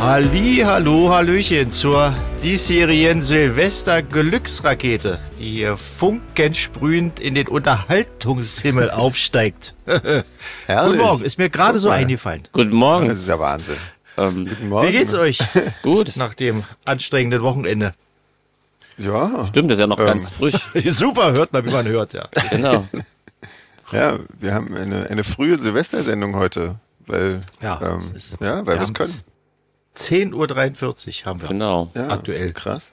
Halli, hallo, hallöchen zur diesjährigen Silvester-Glücksrakete, die hier funkensprühend in den Unterhaltungshimmel aufsteigt. Guten Herrlich. Morgen, ist mir gerade so mal. eingefallen. Guten Morgen. Das ist ja Wahnsinn. Guten Ähm, Morgen. Wie geht's euch gut, nach dem anstrengenden Wochenende? Ja, stimmt, das ist ja noch ganz frisch. Super, hört man, wie man hört, ja. Genau. ja, wir haben eine, eine frühe Silvestersendung heute, weil, Ja, ähm, es ist- ja, weil wir es haben können. 10.43 Uhr haben wir genau. Ja, aktuell. Krass.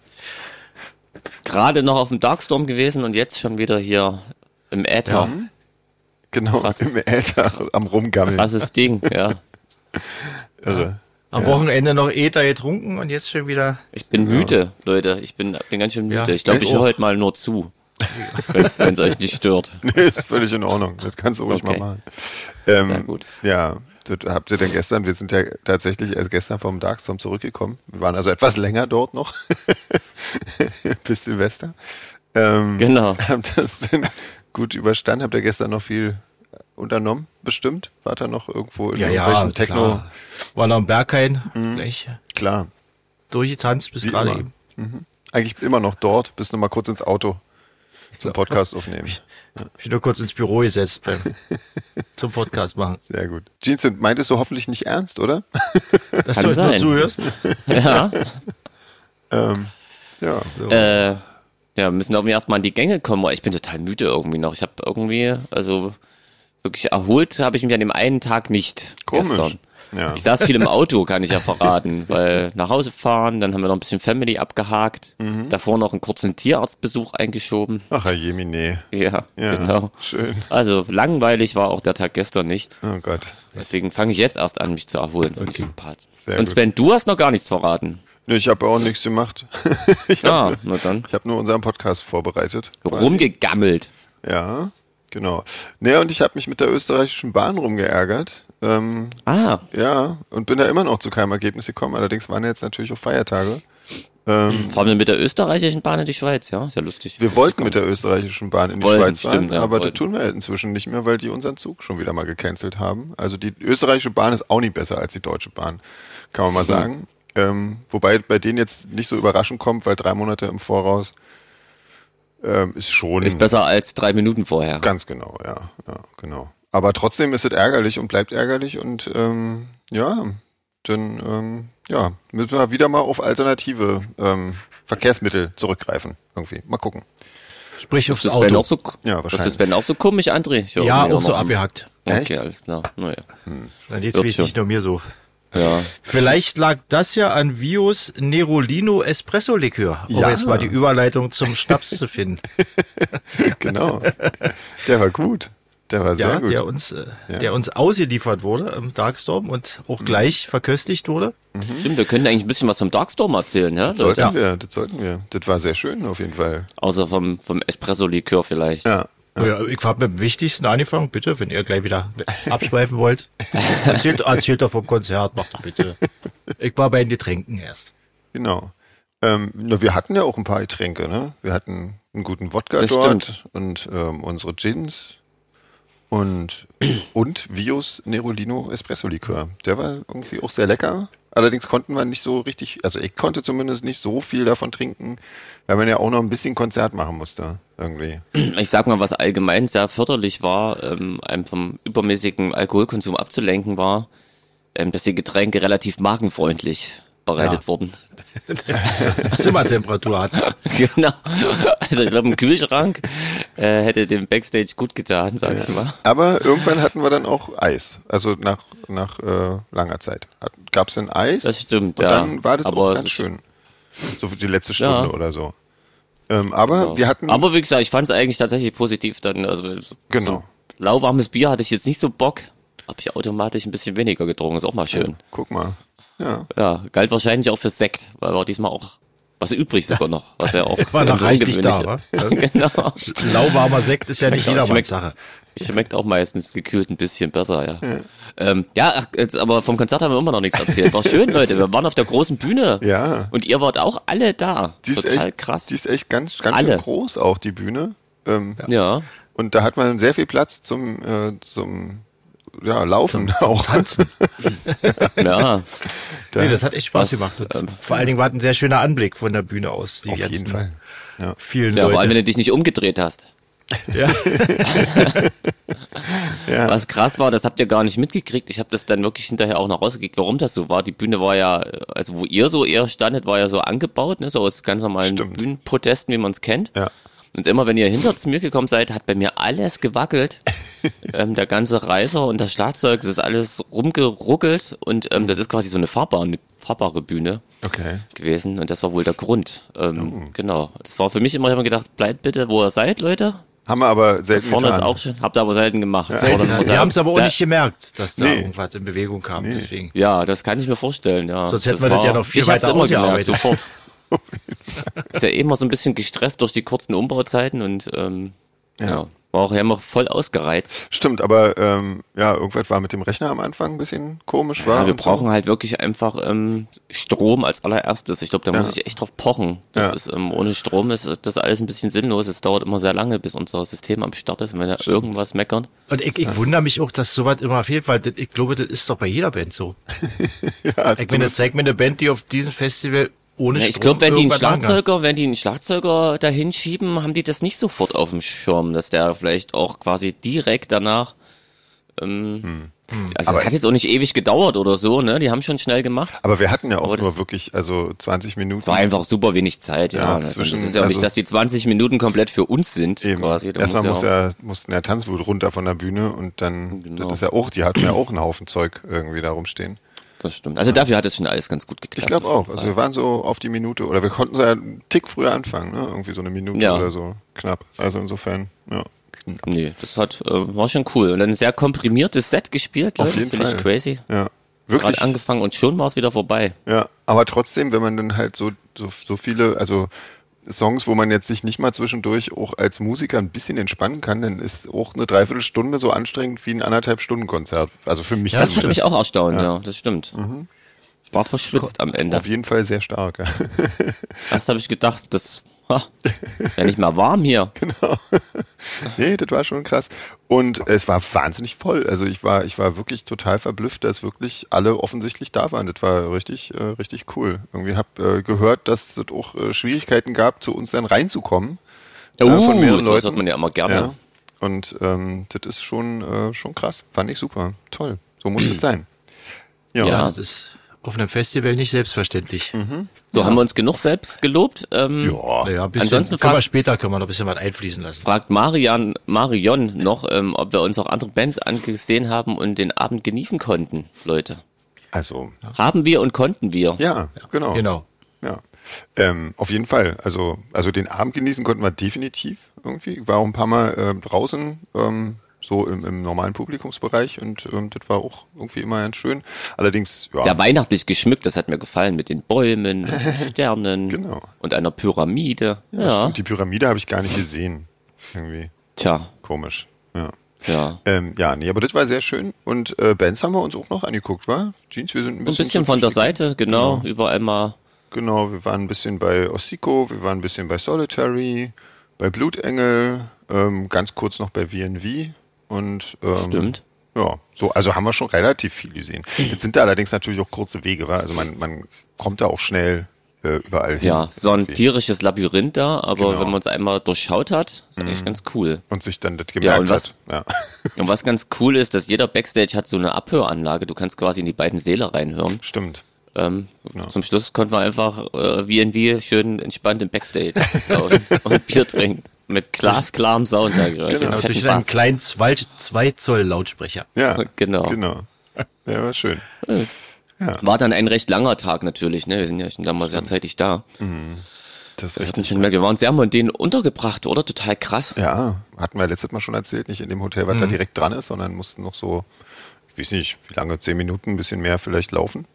Gerade noch auf dem Darkstorm gewesen und jetzt schon wieder hier im Äther. Genau, Krass. im Äther am Rumgammeln. Krasses Ding, ja. Irre. Am Wochenende noch Ether getrunken und jetzt schon wieder Ich bin müde, Leute. Ich bin, bin ganz schön müde. Ja, ich glaube, ich ich höre auch. heute mal nur zu. Wenn es euch nicht stört. Nee, ist völlig in Ordnung. Das kannst du ruhig Okay. mal machen. Ähm, Sehr gut. Ja, das habt ihr denn gestern, wir sind ja tatsächlich erst gestern vom Darkstorm zurückgekommen. Wir waren also etwas länger dort noch. Bis Silvester. Ähm, Genau. Habt das denn gut überstanden? Habt ihr gestern noch viel äh, unternommen? Bestimmt? Wart ihr noch irgendwo in irgendwelchen Techno? klar. War noch im Berghain, gleich Klar. durchgetanzt bis Wie gerade immer. eben. Eigentlich immer noch dort. Bist nur mal kurz ins Auto zum Podcast aufnehmen. Hab Ich nur kurz ins Büro gesetzt beim, zum Podcast machen. Sehr gut. Jeans, und meintest du hoffentlich nicht ernst, oder? Dass Kann du uns nur sein. zuhörst. Ja. Ja. Äh, ja, wir müssen irgendwie erstmal in die Gänge kommen. Ich bin total müde irgendwie noch. Ich habe irgendwie, also wirklich erholt habe ich mich an dem einen Tag nicht. Komisch. Gestern. Ja. Ich saß viel im Auto, kann ich ja verraten, weil nach Hause fahren, dann haben wir noch ein bisschen Family abgehakt, Mhm. davor noch einen kurzen Tierarztbesuch eingeschoben. Ach, Herr Jemine. Ja, Ja, genau. schön. Also langweilig war auch der Tag gestern nicht. Oh Gott. Deswegen fange ich jetzt erst an, mich zu erholen. von diesem Part. Sehr Und gut. Sven, du hast noch gar nichts verraten. Nee, ich habe auch nichts gemacht. ich Ja, habe na dann. hab nur unseren Podcast vorbereitet. Rumgegammelt. Ja, genau. Naja, und ich habe mich mit der österreichischen Bahn rumgeärgert. Ähm, Ah, ja, und bin da immer noch zu keinem Ergebnis gekommen. Allerdings waren jetzt natürlich auch Feiertage. fahren wir mit der österreichischen Bahn in die Schweiz, ja? Ist ja lustig. Wir wollten mit der österreichischen Bahn in die Wollten, Schweiz fahren, stimmt, ja, aber das wollten. tun wir halt inzwischen nicht mehr, weil die unseren Zug schon wieder mal gecancelt haben. Also die österreichische Bahn ist auch nicht besser als die deutsche Bahn, kann man mal Hm. sagen. Ähm, wobei bei denen jetzt nicht so überraschend kommt, weil drei Monate im Voraus ähm, ist schon Ist besser als drei Minuten vorher. Ganz genau, ja, ja, genau. Aber trotzdem ist es ärgerlich und bleibt ärgerlich und ähm, ja, dann ähm, ja, müssen wir wieder mal auf alternative ähm, Verkehrsmittel zurückgreifen. Irgendwie. Mal gucken. Sprich aufs Das Auto. Auto. auch so, Ja, ist das wahrscheinlich. Ben auch so komisch, André? Ich höre ja, irgendwie auch so noch am- abgehackt. Okay, Echt? alles klar. Naja. Dann jetzt Wird bin ich schon. nicht nur mir so. Ja. Vielleicht lag das ja an Vios Nerolino Espresso Likör, um Ja. jetzt mal die Überleitung zum Schnaps zu finden. Genau. Der war gut. Der war Ja, sehr gut. der uns, äh, Ja. der uns ausgeliefert wurde im Darkstorm und Mhm. auch gleich verköstigt wurde. Stimmt, wir können eigentlich ein bisschen was vom Darkstorm erzählen, ja? sollten Leute? ja. wir, das sollten wir. Das war sehr schön auf jeden Fall. Außer vom, vom Espresso-Likör vielleicht. Ja. Ja, ich hab mit dem Wichtigsten angefangen, bitte, wenn ihr gleich wieder abschweifen wollt. Erzählt, erzählt doch vom Konzert, macht doch bitte. Ich war bei den Getränken erst. Genau. Ähm, na, wir hatten ja auch ein paar Getränke, ne? Wir hatten einen guten Wodka Das dort und ähm, unsere Gins und, und Vios Nerolino Espresso Likör. Der war irgendwie auch sehr lecker. Allerdings konnten wir nicht so richtig, also ich konnte zumindest nicht so viel davon trinken, weil man ja auch noch ein bisschen Konzert machen musste, irgendwie. Ich sag mal, was allgemein sehr förderlich war, ähm, einem vom übermäßigen Alkoholkonsum abzulenken war, ähm, dass die Getränke relativ magenfreundlich bereitet Ja. wurden. Zimmertemperatur hatten. genau. Also ich glaube, ein Kühlschrank äh, hätte dem Backstage gut getan, sag ich mal. Aber irgendwann hatten wir dann auch Eis. Also nach, nach äh, langer Zeit. Gab es denn Eis? Das stimmt, und ja. Dann war das Aber auch es ganz ist- schön. So für die letzte Stunde Ja. Genau. oder so. Ähm, aber wir hatten. Aber wie gesagt, ich fand es eigentlich tatsächlich positiv dann. Also so- Genau. So lauwarmes Bier hatte ich jetzt nicht so Bock. Habe ich automatisch ein bisschen weniger getrunken. Ist auch mal schön. guck mal. Ja. Ja, galt wahrscheinlich auch für Sekt, weil war diesmal auch was übrig sogar noch, was ja auch War noch ganz reichlich da, ungewöhnlich wa? ist. genau. Lauwarmer Sekt ist ja nicht auch, jedermanns schmeckt- Sache. Schmeckt auch meistens gekühlt ein bisschen besser, ja. Ja, ähm, ja ach, jetzt, aber vom Konzert haben wir immer noch nichts erzählt. War schön, Leute. Wir waren auf der großen Bühne. Ja. Und ihr wart auch alle da. Die ist Total echt krass. Die ist echt ganz, ganz Alle. schön groß, auch die Bühne. Ähm, ja. Und da hat man sehr viel Platz zum, äh, zum ja, laufen auch. Tanzen. Ja, Nee, das hat echt Spaß Das, gemacht. Und ähm, vor allen Dingen war ein sehr schöner Anblick von der Bühne aus. Die Auf ganzen jeden Fall. Vielen ja vor allem, wenn Leute. du dich nicht umgedreht hast. Ja. Was krass war, das habt ihr gar nicht mitgekriegt. Ich habe das dann wirklich hinterher auch noch rausgekriegt, warum das so war. Die Bühne war ja, also wo ihr so eher standet, war ja so angebaut, ne? so aus ganz normalen Stimmt. Bühnenprotesten, wie man es kennt. Ja. Und immer wenn ihr hinter zu mir gekommen seid, hat bei mir alles gewackelt. ähm, der ganze Reiser und das Schlagzeug, das ist alles rumgeruckelt und ähm, das ist quasi so eine fahrbare, fahrbare Bühne Okay. gewesen und das war wohl der Grund. Ähm, Genau. Das war für mich immer, ich hab immer gedacht, bleibt bitte, wo ihr seid, Leute. Haben wir aber selten Vorne ist getan. auch schön, habt ihr aber selten gemacht. Vorne muss Wir er- haben es aber auch sehr- nicht gemerkt, dass da Nee. irgendwas in Bewegung kam. Deswegen. Ja, das kann ich mir vorstellen, ja. Sonst hätten wir das ja noch viel ich hab's weiter immer gemerkt, ausgearbeitet. sofort. ist ja eh immer so ein bisschen gestresst durch die kurzen Umbauzeiten und ähm, ja. War auch ja immer voll ausgereizt. Stimmt, aber ähm, ja, irgendwas war mit dem Rechner am Anfang ein bisschen komisch. War Ja, wir und so. brauchen halt wirklich einfach ähm, Strom als allererstes. Ich glaube, da muss ich echt drauf pochen. Das Ja. ist ähm, ohne Strom ist das alles ein bisschen sinnlos. Es dauert immer sehr lange, bis unser System am Start ist. Und wenn da irgendwas meckern, Und ich, ich wundere mich auch, dass sowas immer fehlt, weil das, ich glaube, das ist doch bei jeder Band so. Ja, also Ich meine, zeig mir eine Band, die auf diesem Festival ohne Ja, Strom ich glaube, wenn die einen irgendwas machen kann. Schlagzeuger, wenn die einen Schlagzeuger dahin schieben, haben die das nicht sofort auf dem Schirm, dass der vielleicht auch quasi direkt danach. Ähm, Also Hm. Aber- das hat jetzt auch nicht ewig gedauert oder so, ne? Die haben schon schnell gemacht. aber wir hatten ja auch Aber nur das- wirklich, also 20 Minuten. War einfach super wenig Zeit, ja. Ja, das, zwischen- das ist ja auch also- nicht, dass die 20 Minuten komplett für uns sind, Eben. quasi. Da Erstmal muss ja ja, muss der Tanzwut runter von der Bühne und dann, Genau. das ist ja auch, die hatten ja auch einen Haufen Zeug irgendwie da rumstehen. auch- das stimmt. Also dafür hat es schon alles ganz gut geklappt. Ich glaube auf jeden auch. Also wir waren so auf die Minute oder wir konnten so einen Tick früher anfangen, ne? Irgendwie so eine Minute Ja. oder so. Knapp. Also insofern, ja. Knapp. Nee, das hat, äh, war schon cool. Und ein sehr komprimiertes Set gespielt, Auf Leute. jeden Finde ich Fall. crazy. Ja. Gerade Wirklich. angefangen und schon war es wieder vorbei. Ja. Aber trotzdem, wenn man dann halt so, so, so viele, also Songs, wo man jetzt sich nicht mal zwischendurch auch als Musiker ein bisschen entspannen kann, dann ist auch eine Dreiviertelstunde so anstrengend wie ein anderthalb Stunden Konzert. Also für mich. Das hat zumindest. mich auch erstaunt, ja, das stimmt. Ich war verschwitzt am Ende. Mhm. Auf jeden Fall sehr stark. Ja. Erst habe ich gedacht, das ha, ist ja nicht mal warm hier. Genau. Nee, das war schon krass. Und es war wahnsinnig voll. Also ich war, ich war wirklich total verblüfft, dass wirklich alle offensichtlich da waren. Das war richtig, äh, richtig cool. Irgendwie habe äh, gehört, dass es auch äh, Schwierigkeiten gab, zu uns dann reinzukommen. Uh, von mehreren sowas Leuten. hört man ja immer gerne. Ja. Und ähm, das ist schon, äh, schon krass. Fand ich super. Toll. So muss es sein. Ja. Das ist auf einem Festival nicht selbstverständlich. Mhm. So haben wir uns genug selbst gelobt. Ähm, Naja, ein bisschen, Ansonsten können wir frag- später können wir noch ein bisschen was einfließen lassen. Fragt Marian, Marion noch, ähm, ob wir uns auch andere Bands angesehen haben und den Abend genießen konnten, Leute. Also, Haben wir und konnten wir. ja, genau. Genau. Ja, ähm, auf jeden Fall. Also, also den Abend genießen konnten wir definitiv irgendwie. Ich war auch ein paar Mal ähm, draußen, ähm, so im, im normalen Publikumsbereich und ähm, das war auch irgendwie immer ganz schön. Allerdings, ja, Sehr weihnachtlich geschmückt, das hat mir gefallen mit den Bäumen und den Sternen Genau. und einer Pyramide. Ja, die Pyramide habe ich gar nicht gesehen. Irgendwie tja, komisch. Ja. ja. Ähm, ja, nee, aber das war sehr schön. Und äh, Bands haben wir uns auch noch angeguckt, war? Jeans, wir sind ein Ein bisschen, bisschen von der zurückgestiegen. Seite, genau, überall mal. Genau, wir waren ein bisschen bei Ossico, wir waren ein bisschen bei Solitary, bei Blutengel, ähm, ganz kurz noch bei VNV und ähm, Stimmt. Ja, so, also haben wir schon relativ viel gesehen. Jetzt sind da allerdings natürlich auch kurze Wege, wa? also man, man kommt da auch schnell äh, überall hin. Ja, so ein irgendwie. tierisches Labyrinth da, aber Genau. wenn man es einmal durchschaut hat, ist eigentlich ganz cool. Und sich dann das gemerkt und was- hat. Ja. Und was ganz cool ist, dass jeder Backstage hat so eine Abhöranlage, du kannst quasi in die beiden Säle reinhören. Stimmt. Ähm, Zum Schluss konnten wir einfach äh, wie in wie schön entspannt im Backstage laufen und Bier trinken. Mit glasklarem Sound, sag ich Genau, euch. Genau, durch fetten einen Bass. kleinen 2 Zoll Lautsprecher. Ja, Genau. Genau. Ja, war schön. War dann ein recht langer Tag natürlich, ne? Wir sind ja schon damals sehr zeitig da. Das ist Das hatten richtig. schon mehr. Wir waren sehr mondän untergebracht, oder? Total krass. Ja, hatten wir letztes Mal schon erzählt, nicht in dem Hotel, was Mhm. da direkt dran ist, sondern mussten noch so, ich weiß nicht, wie lange, zehn Minuten, ein bisschen mehr vielleicht laufen.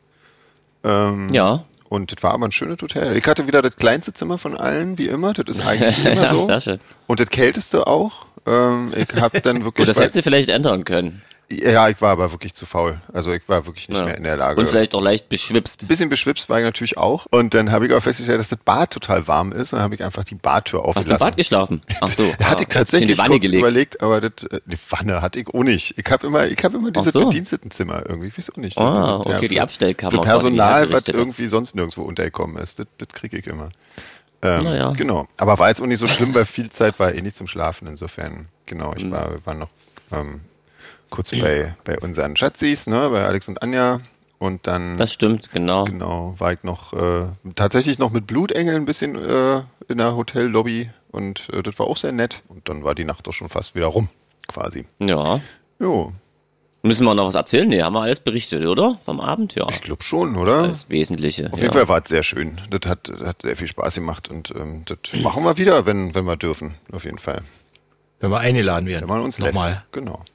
Mhm. ja. Und das war aber ein schönes Hotel. Ich hatte wieder das kleinste Zimmer von allen, wie immer. Das ist eigentlich immer Ja, so. sehr schön. Und das kälteste auch. Ähm, ich habe dann wirklich. Gut, das hättest Oh, du vielleicht ändern können. Ja, ich war aber wirklich zu faul. Also ich war wirklich nicht Ja. mehr in der Lage. Und vielleicht auch leicht beschwipst. ein bisschen beschwipst war ich natürlich auch. Und dann habe ich auch festgestellt, dass das Bad total warm ist. Und dann habe ich einfach die Badtür Hast du im aufgelassen. Bad geschlafen? Ach so. Da hatte ich tatsächlich in die Wanne kurz gelegt. überlegt, aber das, äh, die Wanne hatte ich auch nicht. Ich habe immer, ich habe immer dieses so. Bedienstetenzimmer irgendwie, ich weiß auch nicht. Ah, Ja, okay, die für- Abstellkammer Für quasi, die Personal, was hergerichtet. irgendwie sonst nirgendwo untergekommen ist, das, das kriege ich immer. Ähm, Naja. Genau, aber war jetzt auch nicht so schlimm, weil viel Zeit war eh nicht zum Schlafen insofern. Genau, Hm. ich war, wir waren noch ähm, kurz bei, bei unseren Schatzis, ne, bei Alex und Anja und dann... Das stimmt, genau. Genau, war ich noch äh, tatsächlich noch mit Blutengel ein bisschen äh, in der Hotellobby und äh, das war auch sehr nett. Und dann war die Nacht doch schon fast wieder rum, quasi. Ja. Jo, Müssen wir noch was erzählen? Nee, haben wir alles berichtet, oder? Vom Abend? Ja. ich glaube schon, oder? Das Wesentliche. Auf ja. jeden Fall war es sehr schön. Das hat, das hat sehr viel Spaß gemacht und ähm, das machen wir wieder, wenn, wenn wir dürfen. Auf jeden Fall. Wenn wir eingeladen werden. Wenn man uns lässt. Nochmal. Genau.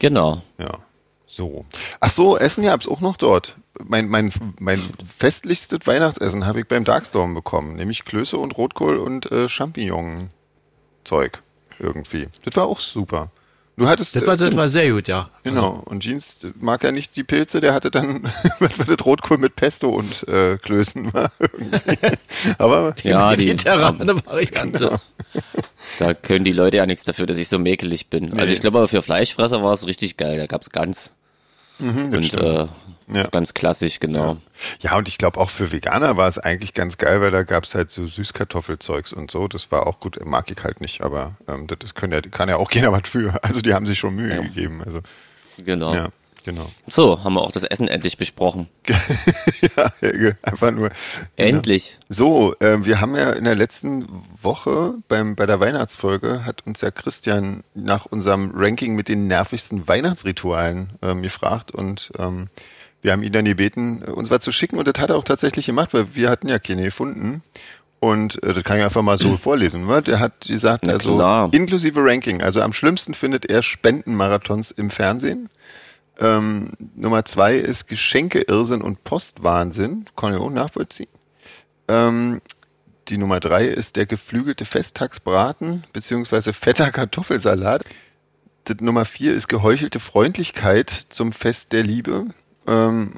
Genau. Ja. So. Ach so, Essen ja, hab's auch noch dort. Mein, mein, mein festlichstes Weihnachtsessen habe ich beim Darkstorm bekommen, nämlich Klöße und Rotkohl und äh, Champignon-Zeug. Irgendwie. Das war auch super. Du hattest. Das war, das war sehr gut, ja. genau. Und Jeans mag ja nicht die Pilze, der hatte dann was war das Rotkohl mit Pesto und äh, Klößen. war irgendwie. Aber Ja, die, die Terrane-Variante. Genau. da können die Leute ja nichts dafür, dass ich so mäkelig bin. Also ich glaube, aber für Fleischfresser war es richtig geil. Da gab's ganz. und äh, Mhm, Ja. ganz klassisch, genau. Ja, und ich glaube auch für Veganer war es eigentlich ganz geil, weil da gab's halt so Süßkartoffelzeugs und so. Das war auch gut, mag ich halt nicht, aber ähm, das, das können ja, kann ja auch keiner was für. Also die haben sich schon Mühe gegeben. Also Genau. ja, genau. So, haben wir auch das Essen endlich besprochen. ja, Helge, einfach nur. Endlich. So, ähm, wir haben ja in der letzten Woche beim, bei der Weihnachtsfolge hat uns ja Christian nach unserem Ranking mit den nervigsten Weihnachtsritualen ähm, gefragt und ähm, wir haben ihn dann gebeten, äh, uns was zu schicken und das hat er auch tatsächlich gemacht, weil wir hatten ja keine gefunden. Und äh, das kann ich einfach mal so vorlesen. Ne? Der hat gesagt, Na also klar. inklusive Ranking, also am schlimmsten findet er Spendenmarathons im Fernsehen. Ähm, Nummer zwei ist Geschenke-Irrsinn und Postwahnsinn. Kann ich auch nachvollziehen. Ähm, die Nummer drei ist der geflügelte Festtagsbraten beziehungsweise fetter Kartoffelsalat. Die Nummer vier ist geheuchelte Freundlichkeit zum Fest der Liebe. Ähm,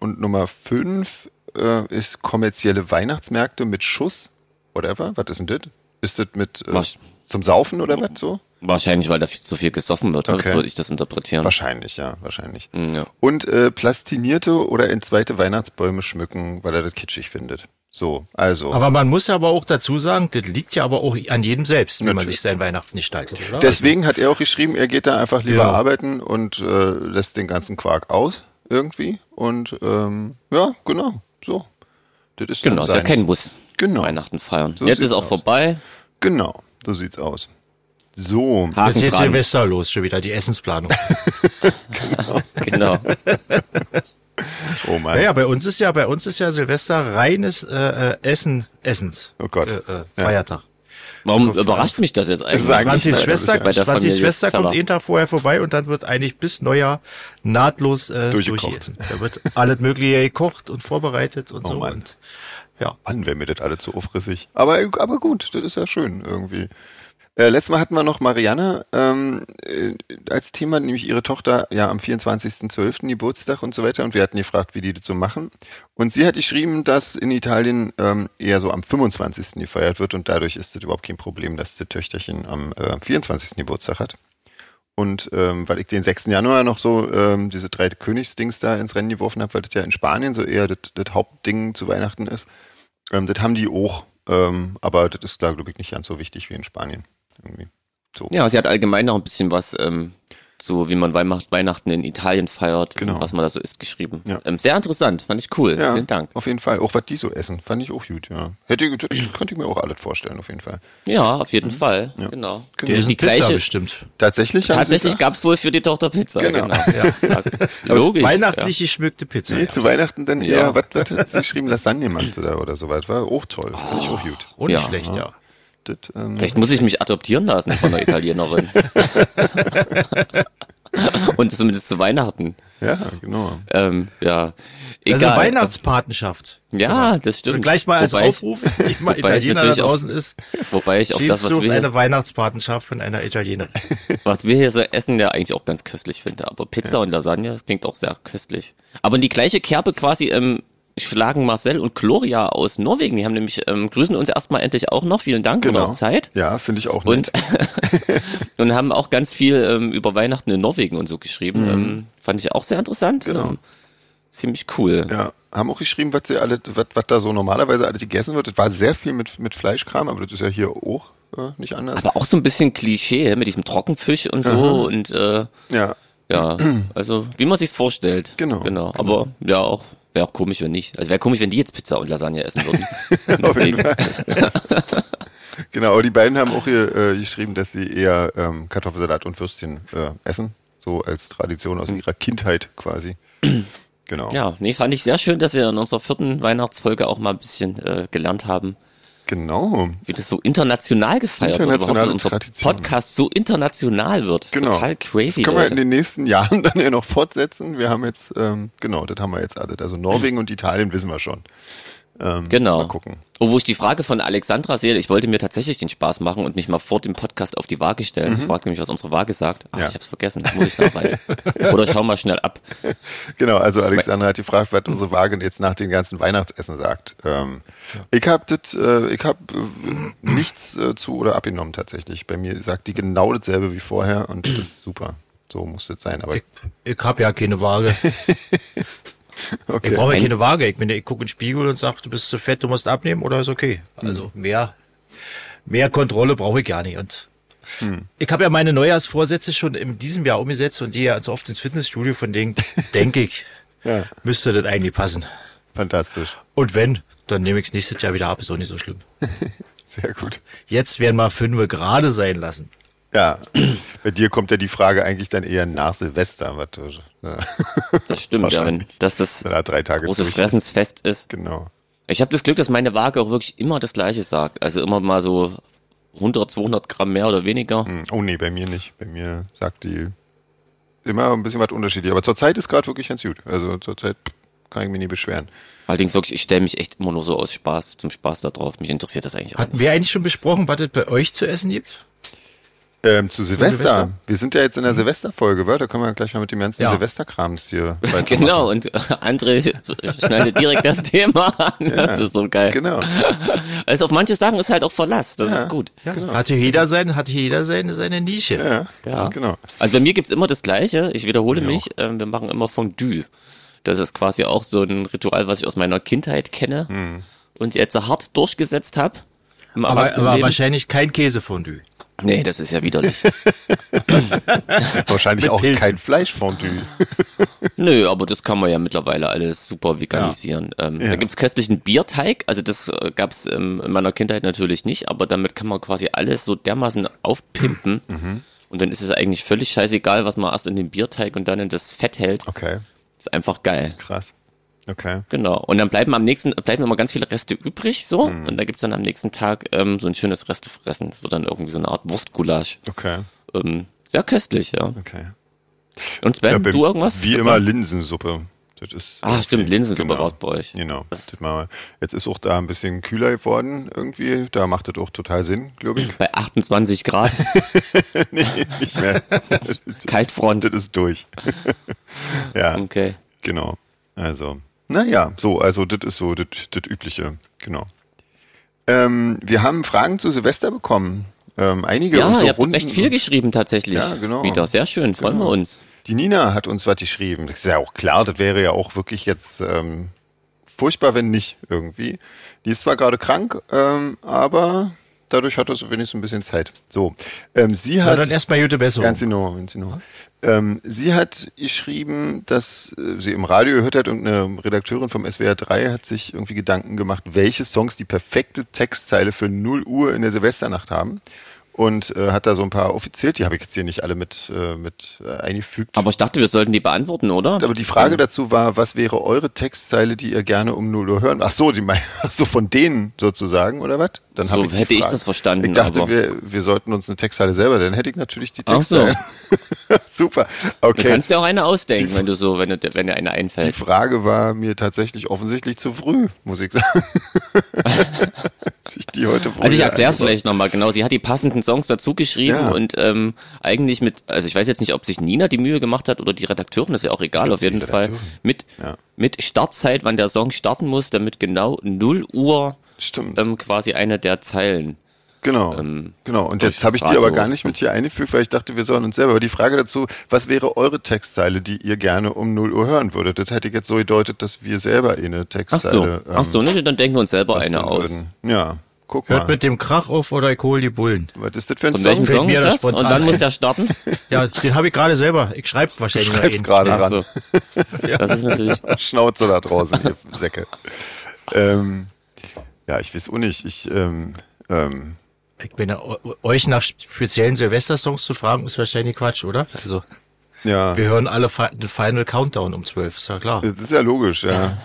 und Nummer fünf äh, ist kommerzielle Weihnachtsmärkte mit Schuss. Whatever. Was ist denn das? Ist das mit äh, Was? zum Saufen oder was so? Wahrscheinlich, weil da viel zu viel gesoffen wird, Okay. würde ich das interpretieren. Mhm, Wahrscheinlich, ja, wahrscheinlich. Ja. Und äh, plastinierte oder entzweite Weihnachtsbäume schmücken, weil er das kitschig findet. So, also. Aber man muss aber auch dazu sagen, das liegt ja aber auch an jedem selbst, wie man Natürlich. sich sein Weihnachten gestaltet, oder? Deswegen hat er auch geschrieben, er geht da einfach lieber Ja. arbeiten und äh, lässt den ganzen Quark aus irgendwie. Und ähm, ja, genau, so. Das ist Genau, dann ist ja seins. kein Bus. Genau. Weihnachten feiern. So Jetzt sieht's ist auch aus. vorbei. Genau, so sieht's aus. So, Jetzt Haken geht dran. Silvester los, schon wieder die Essensplanung. Genau. oh Mann. naja, bei uns ist ja, bei uns ist ja Silvester reines äh, äh, Essen, Essens. Oh Gott. Äh, äh, Feiertag. Warum überrascht mich das jetzt eigentlich? Sagen Bei der- 20 Schwester, bei 20 der Familie Schwester kommt Feller. eh jeden Tag vorher vorbei und dann wird eigentlich bis Neujahr nahtlos äh, Durchgekocht. durchgegessen. Da wird alles Mögliche gekocht und vorbereitet Oh und so. Mann. Und, ja. Mann, wäre mir das alle zu aufrissig. Aber, aber gut, das ist ja schön irgendwie. Äh, letztes Mal hatten wir noch Marianne ähm, äh, als Thema, nämlich ihre Tochter ja am 24.12. Geburtstag und so weiter. Und wir hatten gefragt, wie die das so machen. Und sie hat geschrieben, dass in Italien ähm, eher so am 25. gefeiert wird. Und dadurch ist das überhaupt kein Problem, dass das Töchterchen am äh, 24. Geburtstag hat. Und ähm, weil ich den 6. Januar noch so ähm, diese drei Königsdings da ins Rennen geworfen habe, weil das ja in Spanien so eher das das Hauptding zu Weihnachten ist, ähm, das haben die auch. Ähm, aber das ist, glaube ich, nicht ganz so wichtig wie in Spanien. Irgendwie. So. Ja, sie hat allgemein noch ein bisschen was, ähm, so wie man Weihmacht, Weihnachten in Italien feiert, Genau. was man da so isst, geschrieben. Ja. Ähm, sehr interessant, fand ich cool. Ja, Vielen Dank. Auf jeden Fall. Auch was die so essen, fand ich auch gut, ja. Hätte, ich- das könnte ich mir auch alles vorstellen, auf jeden Fall. Ja, auf Mhm. jeden Fall. Genau. Die Die, essen Pizza gleiche. bestimmt. Tatsächlich haben Tatsächlich sie da, gab's wohl für die Tochter Pizza. Genau. Ja. Logisch. Weihnachtlich geschmückte Pizza. nee, ja. eh zu Weihnachten dann Ja. eher, was, was hat sie geschrieben, Lasagne gemacht oder, oder so was, war auch toll. Fand ich auch gut. Und nicht Ja. schlecht, ja. ne? Das, ähm, Vielleicht muss ich mich adoptieren lassen von der Italienerin. Und zumindest zu Weihnachten. Ja, genau. Ähm, ja. Also Egal. Weihnachtspatenschaft. ja, das stimmt. Gleich mal als Wobei ich- Aufruf, ich mal wobei ich Italiener da natürlich auch- draußen ist. Wobei ich auch Jeans das, was sucht wir, eine Weihnachtspatenschaft von einer Italienerin. was wir hier so essen, ja eigentlich auch ganz köstlich finde. Aber Pizza und Lasagne, das klingt auch sehr köstlich. Aber in die gleiche Kerbe quasi ähm, schlagen Marcel und Gloria aus Norwegen. Die haben nämlich, ähm, grüßen uns erstmal endlich auch noch. Vielen Dank und genau. auch Zeit. Ja, finde ich auch Und, und haben auch ganz viel ähm, über Weihnachten in Norwegen und so geschrieben. Ähm, fand ich auch sehr interessant. Mhm. Genau. Ähm, ziemlich cool. Ja, haben auch geschrieben, was, sie alle, was, was da so normalerweise alles gegessen wird. Es war sehr viel mit, mit Fleischkram, aber das ist ja hier auch äh, nicht anders. Aber auch so ein bisschen Klischee ne, mit diesem Trockenfisch und so und äh, ja, ja, also wie man sich's vorstellt. Genau, Genau. Aber ja, auch wäre auch komisch, wenn nicht. Also wäre komisch, wenn die jetzt Pizza und Lasagne essen würden. Deswegen, genau. Aber die beiden haben auch hier äh, geschrieben, dass sie eher ähm, Kartoffelsalat und Würstchen äh, essen. So als Tradition aus ihrer Kindheit quasi. Genau. Mhm. ja, nee, fand ich sehr schön, dass wir in unserer vierten Weihnachtsfolge auch mal ein bisschen äh, gelernt haben, Genau. wie das so international gefeiert wird, Internationale überhaupt, dass unser Tradition. Podcast so international wird. Genau. Total crazy. Das können wir in Leute. den nächsten Jahren dann ja noch fortsetzen. Wir haben jetzt, ähm, genau, das haben wir jetzt alles. Also Norwegen und Italien wissen wir schon. Ähm, Genau. Mal gucken. Oh, wo ich die Frage von Alexandra sehe, ich wollte mir tatsächlich den Spaß machen und mich mal vor dem Podcast auf die Waage stellen. Ich fragte mich, was unsere Waage sagt. Ah, Mhm. Ja. ich hab's vergessen. Muss ich nachweisen. Oder ich hau mal schnell ab. Genau, also Alexander hat gefragt, was unsere Waage jetzt nach dem ganzen Weihnachtsessen sagt. Ähm, Ich habe das, äh, ich habe äh, nichts äh, zu oder abgenommen tatsächlich. Bei mir sagt die genau dasselbe wie vorher und das ist super. So muss das sein. Aber Ich, ich hab ja keine Waage. Ich okay. brauche ja keine Waage. Ich, bin- ich gucke in den Spiegel und sage, du bist zu fett, du musst abnehmen oder ist okay. Also Hm. mehr, mehr Kontrolle brauche ich gar nicht. Und Hm. ich habe ja meine Neujahrsvorsätze schon in diesem Jahr umgesetzt und die ja so oft ins Fitnessstudio von denen, denke ich, Ja. müsste das eigentlich passen. Fantastisch. Und wenn, dann nehme ich es nächstes Jahr wieder ab, ist auch nicht so schlimm. Sehr gut. Jetzt werden wir fünf gerade sein lassen. Ja, bei dir kommt ja die Frage eigentlich dann eher nach Silvester. Was, du- ja. Das stimmt, ja, wenn, dass das Dann hat drei Tage große durch. Fressensfest ist. Genau. Ich habe das Glück, dass meine Waage auch wirklich immer das Gleiche sagt. Also immer mal so 100, 200 Gramm mehr oder weniger. Hm, Oh nee, bei mir nicht. Bei mir sagt die immer ein bisschen was unterschiedlich. Aber zurzeit ist gerade wirklich ganz gut. Also zurzeit pff, kann ich mich nie beschweren. Allerdings wirklich, ich stelle mich echt immer nur so aus Spaß, zum Spaß da drauf. Mich interessiert das eigentlich auch. Hatten wir eigentlich schon besprochen, was es bei euch zu essen gibt? Ähm, zu Silvester. Silvester. Wir sind ja jetzt in der Silvesterfolge, wa? Da können wir gleich mal mit dem ganzen Ja. Silvesterkrams hier nicht. weitermachen. Genau, und äh, André schneidet direkt das Thema an. Das ist so geil. Genau. Also auf manche Sachen ist halt auch Verlass, das ist gut. Ja, Hatte jeder sein, hatte jeder seine, seine Nische. Ja. Ja. Genau. Also bei mir gibt's immer das Gleiche, ich wiederhole mich, ähm, wir machen immer Fondue. Das ist quasi auch so ein Ritual, was ich aus meiner Kindheit kenne und jetzt so hart durchgesetzt habe. Mhm. Aber, aber wahrscheinlich kein Käsefondue. nee, das ist ja widerlich. Wahrscheinlich Mit auch Pilzen. kein Fleischfondue. Nö, aber das kann man ja mittlerweile alles super veganisieren. Ähm, Da gibt's köstlichen Bierteig, also das äh, gab's ähm, in meiner Kindheit natürlich nicht, aber damit kann man quasi alles so dermaßen aufpimpen. Mhm. Und dann ist es eigentlich völlig scheißegal, was man erst in den Bierteig und dann in das Fett hält. Okay, Ist einfach geil. krass. Okay. Genau. Und dann bleiben am nächsten, bleiben immer ganz viele Reste übrig, so. Mhm. Und da gibt's dann am nächsten Tag ähm, so ein schönes Restefressen. So dann irgendwie so eine Art Wurstgulasch. Okay. Ähm, sehr köstlich, ja. Okay. Und Sven, bei- Ähm, du irgendwas? Wie immer Linsensuppe. Das ist Ah, stimmt, irgendwie- Linsensuppe genau. war's bei euch. Genau. Das mal. Jetzt ist auch da ein bisschen kühler geworden irgendwie. Da macht das auch total Sinn, glaube ich. Bei 28 Grad, nee, nicht mehr. Kaltfront. das ist durch. ja. Okay. Genau. Also, naja, so, also das ist so das das Übliche. Genau. Ähm, wir haben Fragen zu Silvester bekommen. Ähm, einige Ja, und so ihr habt Runden echt viel geschrieben tatsächlich. Ja, genau. Wieder sehr schön, freuen wir uns. Die Nina hat uns was geschrieben. Das ist ja auch klar, das wäre ja auch wirklich jetzt ähm, furchtbar, wenn nicht irgendwie. Die ist zwar gerade krank, ähm, aber dadurch hat das wenigstens ein bisschen Zeit. So, ähm, sie Na, hat... dann erstmal gute Besserung. Ganz genau, ganz genau. Ähm, sie hat geschrieben, dass äh, sie im Radio gehört hat und eine Redakteurin vom SWR 3 hat sich irgendwie Gedanken gemacht, welche Songs die perfekte Textzeile für 0 Uhr in der Silvesternacht haben. und äh, hat da so ein paar offiziell, die habe ich jetzt hier nicht alle mit, äh, mit äh, eingefügt. Aber ich dachte, wir sollten die beantworten, oder? Aber die Frage dazu war, was wäre eure Textzeile, die ihr gerne um 0 Uhr hören? Ach so, die mein, ach so von denen sozusagen, oder was? Dann hab So die hätte ich Frage- das verstanden, Ich dachte, aber- wir, wir sollten uns eine Textzeile selber, dann hätte ich natürlich die Ach so. Textzeile. Super. Du Okay. kannst dir auch eine ausdenken, wenn du so, wenn, du, wenn dir eine Die einfällt. Frage war mir tatsächlich offensichtlich zu früh, muss ich sagen. Sich die heute wohl Also ich hier erkläre es eingebaut. vielleicht nochmal genau. Sie hat die passenden Songs dazu geschrieben Ja. und ähm, eigentlich mit, also ich weiß jetzt nicht, ob sich Nina die Mühe gemacht hat oder die Redakteurin, ist ja auch egal, auf jeden Fall. Mit, mit Startzeit, wann der Song starten muss, damit genau 0 Uhr Stimmt. ähm, quasi eine der Zeilen. Genau. genau. Und durch jetzt habe ich die Radio. aber gar nicht mit hier eingefügt, weil ich dachte, wir sollen uns selber. Aber die Frage dazu, was wäre eure Textzeile, die ihr gerne um 0 Uhr hören würdet? Das hätte ich jetzt so gedeutet, dass wir selber eh eine Ach so, Textzeile. ähm, ach so, ne, dann denken wir uns selber basteln eine aus. würden. Ja, guck Hört mal. mit dem Krach auf oder ich hole die Bullen. Was ist das für ein Von Song? welchem fällt Song mir ist das das? Und spontan dann muss ein. der starten? Ja, den habe ich gerade selber. Ich schreibe wahrscheinlich noch Schreib's einen. gerade Ach dran. so. Das ist natürlich. Schnauze da draußen, ihr Säcke. ähm, ja, ich weiß auch nicht. Ich, ähm, ähm, Ich bin ja, eu- euch nach speziellen Silvester-Songs zu fragen, ist wahrscheinlich Quatsch, oder? Also, ja. wir hören alle Fi- den Final Countdown um 12, ist ja klar. Das ist ja logisch, ja.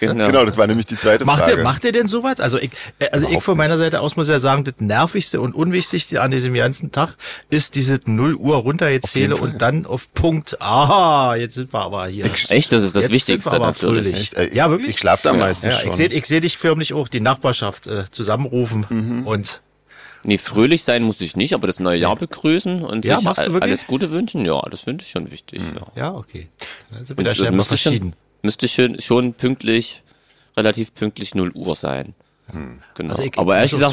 Genau. Genau, das war nämlich die zweite Macht Frage. ihr, macht ihr denn sowas? Also ich, äh, also ich Überhaupt von meiner Seite aus muss ja sagen, das nervigste und unwichtigste an diesem ganzen Tag ist diese 0 Uhr runtergezähle und dann auf Punkt. Aha, jetzt sind wir aber hier. Echt, das ist das Jetzt Wichtigste sind wir aber natürlich. fröhlich. Echt, ey, Ja, wirklich? Äh, Ich schlafe da meistens Ja, schon. ich sehe ich seh dich förmlich auch, die Nachbarschaft äh, zusammenrufen und Nee, fröhlich sein muss ich nicht, aber das neue Jahr begrüßen und Ja, sich machst du all- wirklich? alles Gute wünschen, ja, das finde ich schon wichtig. Ja. ja, okay. Dann sind wir Und da das schnell mal müsste verschieden. schon, müsste schon, schon pünktlich, relativ pünktlich 0 Uhr sein. Genau. Also ich- aber ich ehrlich muss gesagt,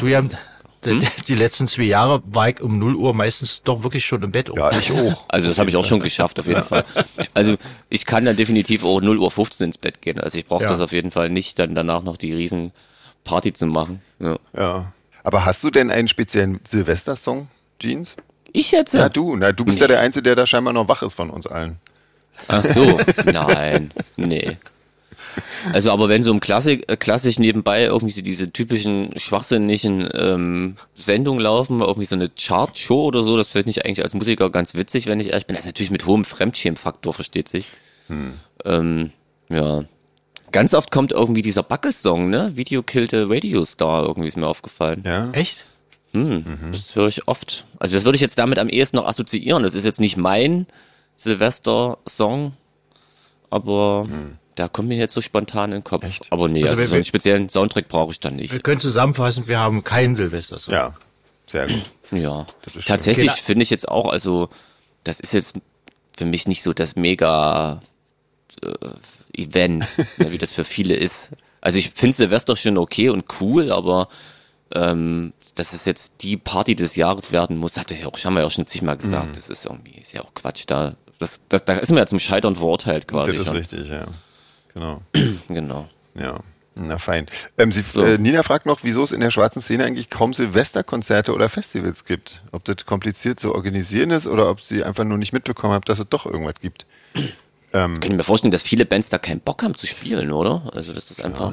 zugeben, die, die letzten zwei Jahre war ich um 0 Uhr meistens doch wirklich schon im Bett. Ja, ich auch. also das habe ich auch schon geschafft, auf jeden Fall. Also ich kann dann definitiv auch 0 Uhr 15 ins Bett gehen. Also ich brauche Ja. das auf jeden Fall nicht, dann danach noch die riesen Party zu machen. Ja. Ja. Aber hast du denn einen speziellen Silvester-Song, Jeans? Ich jetzt? Na du, na du bist ja der Einzige, der da scheinbar noch wach ist von uns allen. Ach so, nein, nee. Also, aber wenn so im Klassik, äh, klassisch nebenbei irgendwie so diese typischen schwachsinnigen ähm, Sendungen laufen, irgendwie so eine Chart-Show oder so, das finde ich eigentlich als Musiker ganz witzig, wenn ich ehrlich bin. Das ist natürlich mit hohem Fremdschämfaktor, versteht sich. Ähm, ja. Ganz oft kommt irgendwie dieser Buckelsong, ne? Video Killed a Radio Star, irgendwie ist mir aufgefallen. Ja. Echt? Das höre ich oft. Also das würde ich jetzt damit am ehesten noch assoziieren. Das ist jetzt nicht mein Silvester-Song, aber da kommt mir jetzt so spontan in den Kopf. Aber nee, also, Also wir- so einen wir- speziellen Soundtrack brauche ich dann Wir nicht. können zusammenfassen, wir haben keinen Silvester. So. Ja. Sehr gut. ja, stimmt. tatsächlich Okay, finde ich jetzt auch, also das ist jetzt für mich nicht so das mega äh, Event, ne, wie das für viele ist. Also ich finde Silvester schon okay und cool, aber ähm, dass es jetzt die Party des Jahres werden muss, hat er ja auch, haben wir ja auch schon zigmal Mhm. gesagt. Das ist irgendwie, ist ja auch Quatsch da. Das, das, da ist man ja zum Scheitern verurteilt quasi Das ist schon. richtig, ja. Genau. Genau. Ja. Na fein. Ähm, sie, äh, Nina fragt noch, wieso es in der schwarzen Szene eigentlich kaum Silvesterkonzerte oder Festivals gibt. Ob das kompliziert zu organisieren ist oder ob sie einfach nur nicht mitbekommen hat, dass es doch irgendwas gibt. Mhm. Ich kann mir vorstellen, dass viele Bands da keinen Bock haben zu spielen, oder? Also das ist einfach.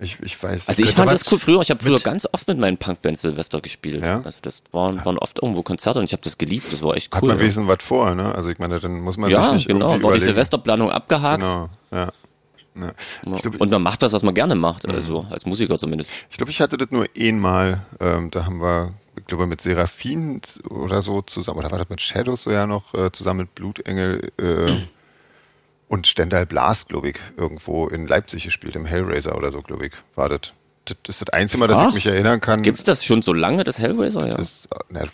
Ich, ich weiß. Also ich Könnte fand was das cool früher. Ich habe früher mit- ganz oft mit meinen Punkbands Silvester gespielt. Ja? Also das waren, waren oft irgendwo Konzerte und ich habe das geliebt. Das war echt hat cool. man wenigstens was vor, ne? Also ich meine, dann muss man sich ja, nicht genau. War irgendwie die überlegen. Silvesterplanung abgehakt. Genau, ja. ja. Ich Mhm. glaube, Und man macht das, was man gerne macht. Also als Musiker zumindest. Ich glaube, ich hatte das nur einmal. Ähm, da haben wir, ich glaube, mit Seraphin oder so zusammen, oder war das mit Shadows so ja noch, äh, zusammen mit Blutengel äh, und Stendal Blas, glaube ich, irgendwo in Leipzig gespielt, im Hellraiser oder so, glaube ich, war das. Das ist das einzige Mal, dass Ach. ich mich erinnern kann. Gibt's das schon so lange, das Hellraiser? Ja. Das, äh, na,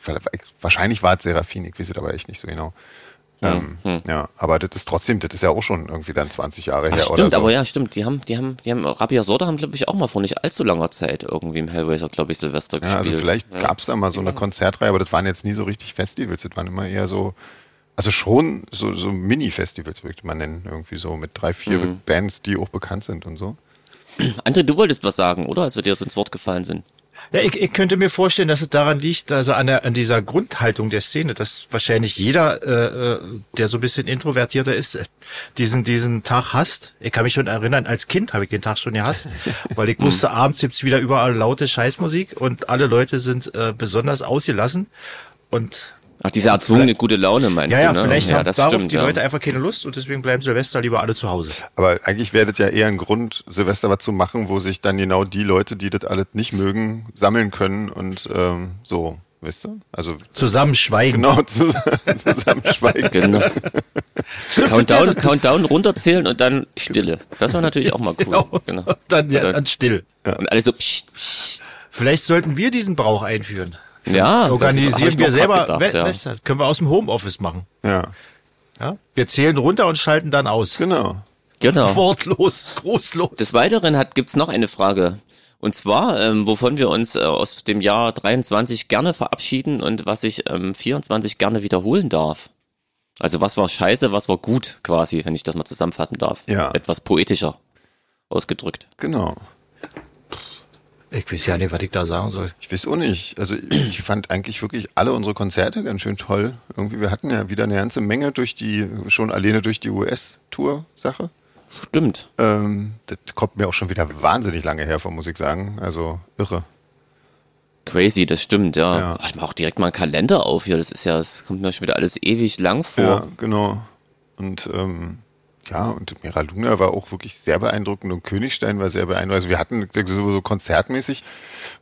wahrscheinlich war es Seraphin, ich weiß es aber echt nicht so genau. Hm, Ähm, Ja, aber das ist trotzdem, das ist ja auch schon irgendwie dann 20 Jahre Ach, her stimmt, oder so. aber ja, stimmt. Die haben, die haben, die haben, Rabia Sorda haben, glaube ich, auch mal vor nicht allzu langer Zeit irgendwie im Hellraiser, glaube ich, Silvester Ja, gespielt. also vielleicht gab's da mal so eine Konzertreihe, aber das waren jetzt nie so richtig Festivals, das waren immer eher so, also schon so, so Mini-Festivals, würde man nennen, irgendwie so mit drei, vier Bands, die auch bekannt sind und so. André, du wolltest was sagen, oder? Als wir dir so ins Wort gefallen sind. Ja, ich, ich könnte mir vorstellen, dass es daran liegt, also an, der, an dieser Grundhaltung der Szene, dass wahrscheinlich jeder, äh, äh, der so ein bisschen introvertierter ist, äh, diesen diesen Tag hasst. Ich kann mich schon erinnern, als Kind habe ich den Tag schon gehasst, weil ich wusste, abends gibt's wieder überall laute Scheißmusik und alle Leute sind äh, besonders ausgelassen und Ach, diese erzwungene gute Laune meinst ja, ja, du, ne? vielleicht haben das darauf stimmt, die ja. Leute einfach keine Lust und deswegen bleiben Silvester lieber alle zu Hause. Aber eigentlich wäre das ja eher ein Grund, Silvester was zu machen, wo sich dann genau die Leute, die das alles nicht mögen, sammeln können und ähm, so, weißt du? Also Zusammenschweigen. genau zusammen, zusammenschweigen. Genau. Countdown, Countdown runterzählen und dann Stille. Das war natürlich auch mal cool. Genau. Dann, ja, Oder- dann still. Und alles so. Psch, psch. Vielleicht sollten wir diesen Brauch einführen. Ja, das hab ich Organisieren mir wir auch selber grad We- Gedacht, ja. Western. Können wir aus dem Homeoffice machen. Ja, Ja? Wir zählen runter und schalten dann aus. genau. Genau. Wortlos, großlos. Des Weiteren hat, gibt's noch eine Frage. Und zwar, ähm, wovon wir uns äh, aus dem Jahr 23 gerne verabschieden und was ich ähm, 24 gerne wiederholen darf. Also was war scheiße, was war gut quasi, wenn ich das mal zusammenfassen darf. Ja. Etwas poetischer ausgedrückt. Genau. Ich weiß ja nicht, was ich da sagen soll. Ich weiß auch nicht. Also ich fand eigentlich wirklich alle unsere Konzerte ganz schön toll. Irgendwie, wir hatten ja wieder eine ganze Menge durch die, schon alleine durch die US-Tour-Sache. Stimmt. Ähm, das kommt mir auch schon wieder wahnsinnig lange her, vor, muss ich sagen. Also irre. Crazy, das stimmt, ja. Ja. Ach, Ich mach auch direkt mal einen Kalender auf hier. Das ist ja, das kommt mir schon wieder alles ewig lang vor. Ja, genau. Und ähm, ja, und Mira Luna war auch wirklich sehr beeindruckend und Königstein war sehr beeindruckend. Also wir hatten so so konzertmäßig,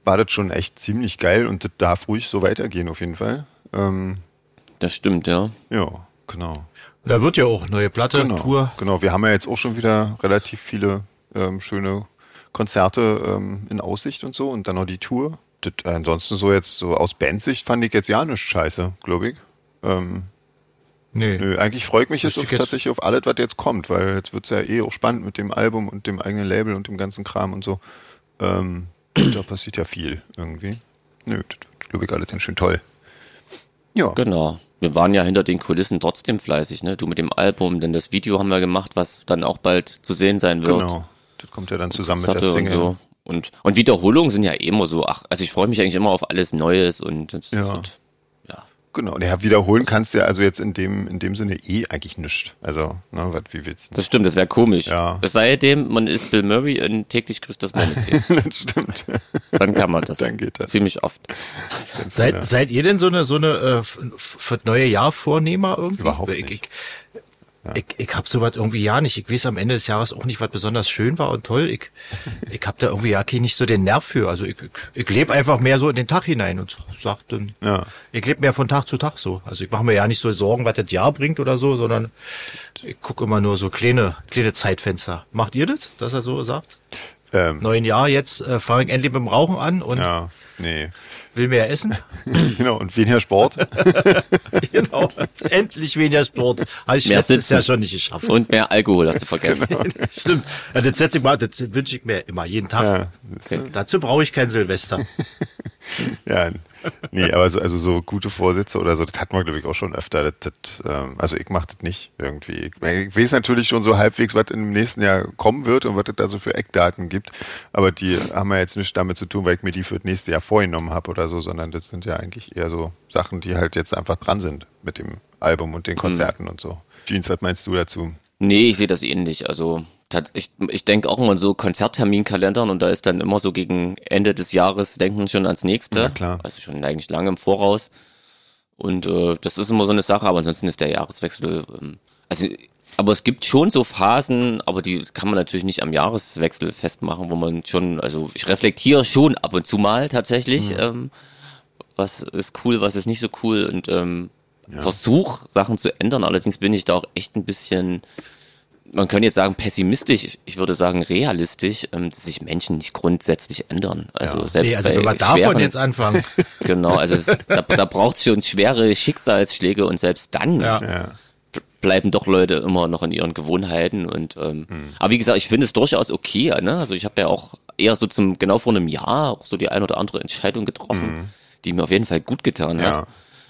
war das schon echt ziemlich geil und das darf ruhig so weitergehen auf jeden Fall. Ähm, Das stimmt, ja. ja, genau. Da wird ja auch neue Platte, Genau, Tour. genau. Wir haben ja jetzt auch schon wieder relativ viele ähm, schöne Konzerte ähm, in Aussicht und so und dann noch die Tour. Das, äh, ansonsten so jetzt so aus Bandsicht fand ich jetzt ja nicht scheiße, glaube ich. Ähm, Nee. Nö, eigentlich freue ich mich jetzt, Müsste auf, ich jetzt- tatsächlich auf alles, was jetzt kommt, weil jetzt wird's ja eh auch spannend mit dem Album und dem eigenen Label und dem ganzen Kram und so. Ähm, da passiert ja viel irgendwie. Nö, das wird, glaube ich, alles ganz schön toll. Ja, Genau. Wir waren ja hinter den Kulissen trotzdem fleißig, ne? Du mit dem Album, denn das Video haben wir gemacht, was dann auch bald zu sehen sein wird. genau. Das kommt ja dann zusammen mit der Satte und Single. so. Und, und Wiederholungen sind ja eh immer so, ach, also ich freue mich eigentlich immer auf alles Neues und, das Ja. wird- ja. Genau, und ja, wiederholen kannst du ja also jetzt in dem, in dem Sinne eh eigentlich nichts. Also, ne, was, wie willst du? Das stimmt, das wäre komisch. Ja. Es sei denn, man ist Bill Murray und täglich grüßt das Murmeltier. das stimmt. Dann kann man das. Dann geht das. Ziemlich oft. Seid, seid ihr denn so eine so eine äh, f- f- fürs neue Jahr Vornehmer irgendwie? Überhaupt Ich, ich, nicht. ich, ich habe sowas irgendwie ja nicht. Ich weiß am Ende des Jahres auch nicht, was besonders schön war und toll. Ich, ich habe da irgendwie ja okay, nicht so den Nerv für. Also ich, ich, ich lebe einfach mehr so in den Tag hinein und sag dann, Ja. ich lebe mehr von Tag zu Tag so. Also ich mache mir ja nicht so Sorgen, was das Jahr bringt oder so, sondern ich gucke immer nur so kleine kleine Zeitfenster. Macht ihr das, dass er so sagt? Ähm, Neuen Jahr jetzt äh, fange ich endlich mit dem Rauchen an und ja, nee. will mehr essen. genau, und weniger Sport. Genau. Endlich weniger Sport. Habe ich Mehr letztes sitzen. Jahr schon nicht geschafft. Und mehr Alkohol hast du vergessen. Stimmt. Ja, das setze ich mal, das wünsche ich mir immer, jeden Tag. Dazu brauche ich kein Silvester. Ja, nee, aber so, also so gute Vorsätze oder so, das hat man, glaube ich, auch schon öfter. Das, das, ähm, also ich mache das nicht irgendwie. Ich, mein, ich weiß natürlich schon so halbwegs, was im nächsten Jahr kommen wird und was es da so für Eckdaten gibt. Aber die haben ja jetzt nichts damit zu tun, weil ich mir die für das nächste Jahr vorgenommen habe oder so, sondern das sind ja eigentlich eher so Sachen, die halt jetzt einfach dran sind mit dem Album und den Mhm. Konzerten und so. Jeans, was meinst du dazu? Nee, ich sehe das ähnlich. Also tat- ich, ich denke auch immer an so Konzertterminkalendern und da ist dann immer so gegen Ende des Jahres denken schon ans nächste. Ja, klar. Also schon eigentlich lange im Voraus. Und äh, das ist immer so eine Sache, aber ansonsten ist der Jahreswechsel. Ähm, also, aber es gibt schon so Phasen, aber die kann man natürlich nicht am Jahreswechsel festmachen, wo man schon, also ich reflektiere schon ab und zu mal tatsächlich, Mhm. ähm, was ist cool, was ist nicht so cool und ähm, versuch Sachen zu ändern. Allerdings bin ich da auch echt ein bisschen man könnte jetzt sagen pessimistisch, ich- ich würde sagen realistisch, ähm, dass sich Menschen nicht grundsätzlich ändern. Also selbst Nee, also bei wenn wir davon schweren, jetzt anfangen. genau, also es, da, da braucht es schon schwere Schicksalsschläge und selbst dann Ja. Ja. bleiben doch Leute immer noch in ihren Gewohnheiten und ähm, Mhm. aber wie gesagt, ich finde es durchaus okay, ne? Also ich habe ja auch eher so zum genau vor einem Jahr auch so die ein oder andere Entscheidung getroffen, die mir auf jeden Fall gut getan Mhm. Ja.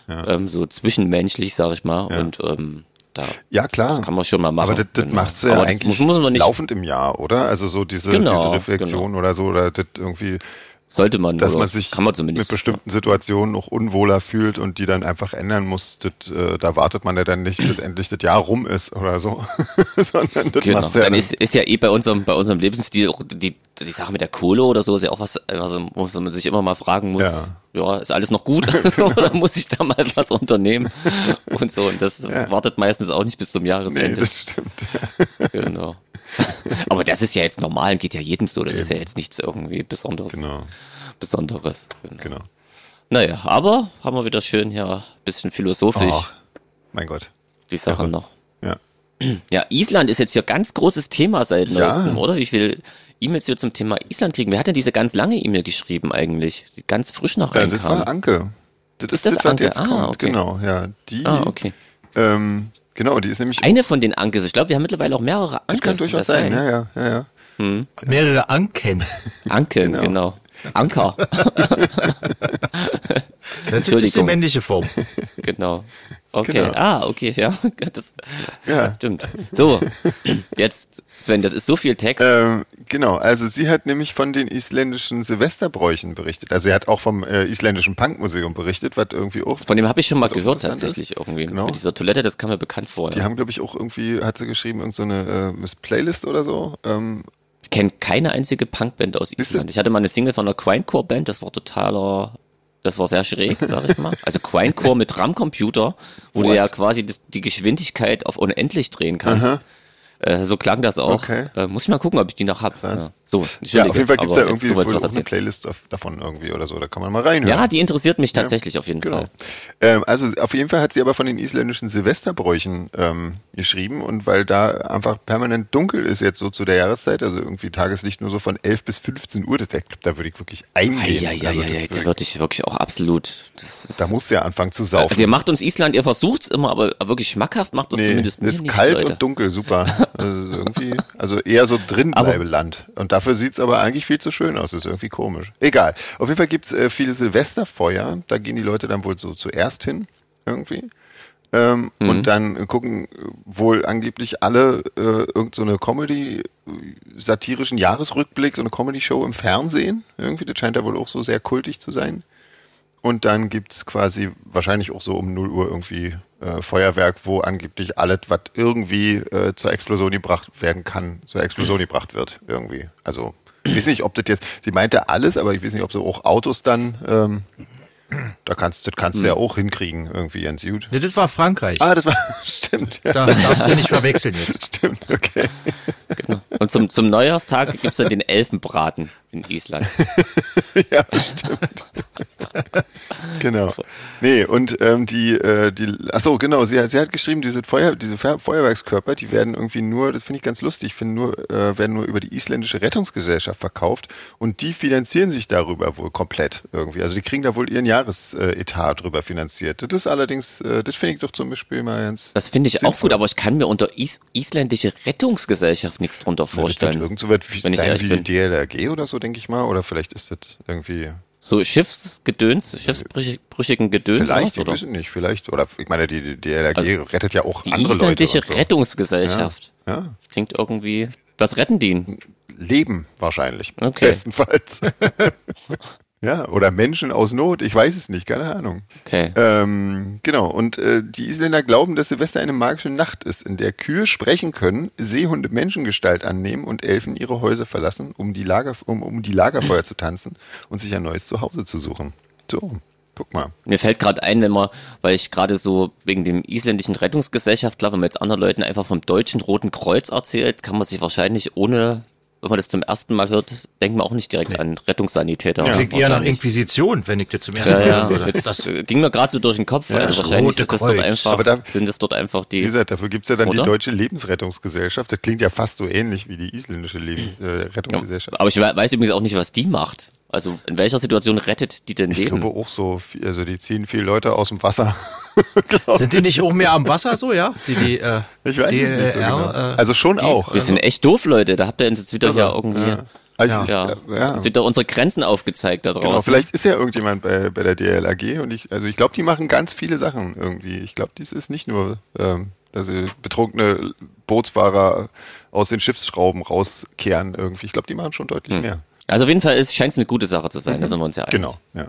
hat, Ähm, so zwischenmenschlich, sage ich mal, und ähm, da Ja, klar. kann man schon mal machen. Aber das, das Genau. macht's ja Aber das eigentlich muss, muss man nicht laufend im Jahr, oder? Also so diese, Genau, diese Reflexion oder so, oder das irgendwie Sollte man, dass oder man sich kann man mit zumindest. bestimmten Situationen auch unwohler fühlt und die dann einfach ändern muss. Das, äh, da wartet man ja dann nicht, bis endlich das Jahr rum ist oder so, sondern das Genau. machst du ja Dann dann- ist, ist ja eh bei unserem, bei unserem Lebensstil auch die, die Sache mit der Kohle oder so ist ja auch was, also, wo man sich immer mal fragen muss, Ja. ja, ist alles noch gut oder muss ich da mal was unternehmen und so. Und das wartet meistens auch nicht bis zum Nee, Jahresende. das stimmt. genau. Aber das ist ja jetzt normal, geht ja jedem so. Das ist ja jetzt nichts irgendwie Besonderes. Genau, Besonderes. Genau. genau. Naja, aber haben wir wieder schön hier ein bisschen philosophisch Ach, mein Gott. die Sache noch. Ja. Ja, Island ist jetzt hier ganz großes Thema seit Ja. neuestem, oder? Wie viel E-Mails wir zum Thema Island kriegen? Wer hat denn diese ganz lange E-Mail geschrieben eigentlich? Die ganz frisch noch Ja, äh, das reinkam. war Anke. Das Ist das was Anke? Jetzt Ah, kommt. okay. Genau, ja. Die, ah, okay. ähm, genau, die ist nämlich. Eine von den Ankes. Ich glaube, wir haben mittlerweile auch mehrere Ankes. das kann durchaus das ne? sein, ja, ja, ja, ja. Mehrere Anken. ne? Anke, genau. Anker, Das ist die Entschuldigung. männliche Form. genau. Okay, Genau. ah, okay, ja. Das Ja. stimmt. So, jetzt, Sven, das ist so viel Text. Ähm, genau, also sie hat nämlich von den isländischen Silvesterbräuchen berichtet. Also sie hat auch vom äh, isländischen Punkmuseum berichtet, was irgendwie auch. Von dem habe ich schon mal Doch, gehört interessant tatsächlich irgendwie. Genau. Mit dieser Toilette, das kam mir bekannt vor. ne? Die Ja. haben, glaube ich, auch irgendwie, hat sie geschrieben, irgendeine so eine, äh, Miss Playlist oder so. Ähm, Ich kenne keine einzige Punkband aus Siehste? Island. Ich hatte mal eine Single von einer Quinecore-Band, das war totaler, das war sehr schräg, sag ich mal. Also Quinecore mit RAM-Computer, wo du What? ja quasi das, die Geschwindigkeit auf unendlich drehen kannst. Äh, so klang das auch. Okay. Äh, muss ich mal gucken, ob ich die noch habe. Ja. So, ja, Entschuldige, auf jeden Fall gibt's aber da jetzt, irgendwie du wolltest wohl was auch eine erzählen. Playlist auf, davon irgendwie oder so. Da kann man mal reinhören. Ja, die interessiert mich tatsächlich auf jeden Genau. Fall. Ähm, also auf jeden Fall hat sie aber von den isländischen Silvesterbräuchen ähm, geschrieben und weil da einfach permanent dunkel ist jetzt so zu der Jahreszeit, also irgendwie Tageslicht nur so von 11 bis 15 Uhr, das, da würde ich wirklich eingehen. Ja, ja, also, ja, das ja, da wirklich- würde ich wirklich auch absolut. Das ist, da muss ja anfangen zu saufen. also ihr macht uns Island, ihr versucht's immer, aber wirklich schmackhaft macht das Nee, zumindest mir ist nicht, kalt Leute. und dunkel, super. Also irgendwie, also eher so drinbleibeland. Und dafür sieht's aber eigentlich viel zu schön aus. Ist irgendwie komisch. Egal. Auf jeden Fall gibt's äh, viele Silvesterfeuer. Da gehen die Leute dann wohl so zuerst hin, irgendwie. Ähm, Mhm. Und dann gucken wohl angeblich alle äh, irgend so eine Comedy, äh, satirischen Jahresrückblick, so eine Comedy-Show im Fernsehen. Irgendwie, das scheint da wohl auch so sehr kultig zu sein. Und dann gibt's quasi wahrscheinlich auch so um 0 Uhr irgendwie äh, Feuerwerk, wo angeblich alles, was irgendwie äh, zur Explosion gebracht werden kann, zur Explosion gebracht wird. Irgendwie. Also, ich weiß nicht, ob das jetzt, sie meinte alles, aber ich weiß nicht, ob so auch Autos dann, ähm, da kannst, das kannst du ja auch hinkriegen, irgendwie, Jens Jud. Nee, das war Frankreich. Ah, das war, stimmt, ja, Da darfst du nicht verwechseln jetzt. stimmt, okay. Und zum, zum Neujahrstag gibt's dann den Elfenbraten in Island. Ja, stimmt. genau. Nee, und ähm, die, äh, die, ach so, genau, sie, hat- sie hat geschrieben, diese, Feuer, diese Fe- Feuerwerkskörper, die werden irgendwie nur, das finde ich ganz lustig, find nur, äh, werden nur über die isländische Rettungsgesellschaft verkauft und die finanzieren sich darüber wohl komplett irgendwie. Also die kriegen da wohl ihren Jahresetat drüber finanziert. Das ist allerdings, äh, das finde ich doch zum Beispiel mal ganz. Das finde ich auch Sinnvoll. gut, aber ich kann mir unter Is isländische Rettungsgesellschaft nichts drunter Das wird vorstellen. irgend so weit wie, wenn ich sein ehrlich wie bin. DLRG oder so, denke ich mal. Oder vielleicht ist das irgendwie So Schiffsgedöns, schiffsbrüchigen Gedöns Vielleicht, was, wir oder? wissen nicht, vielleicht. Oder ich meine, die, die DLRG rettet ja auch Also Die andere Leute. isländische Und so. Rettungsgesellschaft. Ja, Das klingt irgendwie. Was retten die? Leben wahrscheinlich. Okay. Bestenfalls. ja, oder Menschen aus Not, ich weiß es nicht, keine Ahnung. Okay. Ähm, genau, und äh, die Isländer glauben, dass Silvester eine magische Nacht ist, in der Kühe sprechen können, Seehunde Menschengestalt annehmen und Elfen ihre Häuser verlassen, um die, Lager, um, um die Lagerfeuer zu tanzen und sich ein neues Zuhause zu suchen. So, guck mal. Mir fällt gerade ein, wenn man, weil ich gerade so wegen dem isländischen Rettungsgesellschaftler, wenn man jetzt anderen Leuten einfach vom deutschen Roten Kreuz erzählt, kann man sich wahrscheinlich ohne, wenn man das zum ersten Mal hört, denkt man auch nicht direkt an Rettungssanitäter. Klingt eher nach wahrscheinlich. Inquisition, wenn ich dir zum ersten Ja, Mal ja, höre. jetzt Das, ging mir gerade so durch den Kopf. das also wahrscheinlich Rote ist das dort Kreuz. einfach, Aber da- sind es dort einfach die. Wie gesagt, dafür gibt's ja dann die Oder? deutsche Lebensrettungsgesellschaft. Das klingt ja fast so ähnlich wie die isländische Lebens äh, Rettungsgesellschaft. aber ich we- weiß übrigens auch nicht, was die macht. Also in welcher Situation rettet die denn Ich Leben? glaube auch so, viel, also die ziehen viel Leute aus dem Wasser. sind die nicht auch mehr am Wasser so, ja? Die, die, äh, Ich weiß es nicht so DLR, genau. äh, Also schon auch. Wir sind echt doof, Leute. Da habt ihr uns jetzt wieder hier irgendwie. Ja. Also ich- Ja. ja. Uns wieder unsere Grenzen aufgezeigt da Genau, draußen. vielleicht ist ja irgendjemand bei, bei der DLRG und ich, also ich glaube, die machen ganz viele Sachen irgendwie. Ich glaube, dies ist nicht nur, ähm, dass sie betrunkene Bootsfahrer aus den Schiffsschrauben rauskehren irgendwie. Ich glaube, die machen schon deutlich mehr. Also auf jeden Fall scheint es eine gute Sache zu sein, da sind wir uns ja einig. Genau, ja.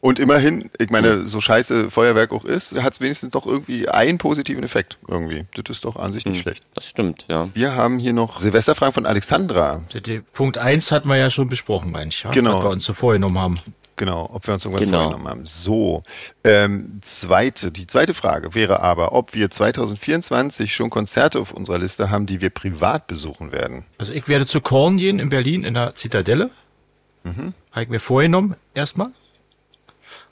Und immerhin, ich meine, so scheiße Feuerwerk auch ist, hat es wenigstens doch irgendwie einen positiven Effekt irgendwie. Das ist doch an sich nicht schlecht. Das stimmt, ja. Wir haben hier noch Silvesterfragen von Alexandra. Punkt eins hatten wir ja schon besprochen, meine ich. Ja? Genau. Was wir uns so vorgenommen haben. Genau, ob wir uns irgendwas Genau. vorgenommen haben. So, ähm, zweite, die zweite Frage wäre aber, ob wir 2024 schon Konzerte auf unserer Liste haben, die wir privat besuchen werden. Also ich werde zu Korn gehen in Berlin in der Zitadelle. Mhm. Habe ich mir vorgenommen, erstmal.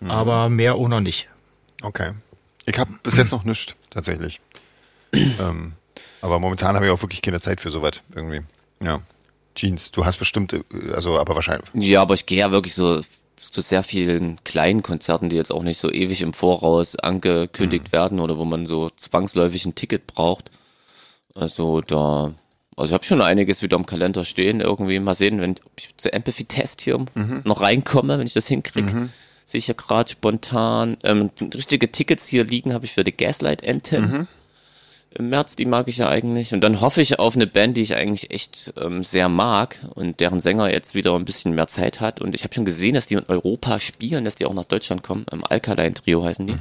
Aber mehr auch noch nicht. Okay. Ich habe bis jetzt noch nichts, tatsächlich. ähm, aber momentan habe ich auch wirklich keine Zeit für sowas irgendwie. Ja. Jeans, du hast bestimmt, äh, also aber wahrscheinlich. Ja, aber ich gehe ja wirklich so zu sehr vielen kleinen Konzerten, die jetzt auch nicht so ewig im Voraus angekündigt werden oder wo man so zwangsläufig ein Ticket braucht. Also da, also ich habe schon einiges wieder im Kalender stehen irgendwie. Mal sehen, wenn ob ich zu Empathy Test hier Mhm. noch reinkomme, wenn ich das hinkriege. Sehe ich ja gerade spontan. Ähm, richtige Tickets hier liegen habe ich für die Gaslight Anthem Mhm. im März, die mag ich ja eigentlich. Und dann hoffe ich auf eine Band, die ich eigentlich echt ähm, sehr mag und deren Sänger jetzt wieder ein bisschen mehr Zeit hat. Und ich habe schon gesehen, dass die in Europa spielen, dass die auch nach Deutschland kommen. Im Alkaline Trio heißen die.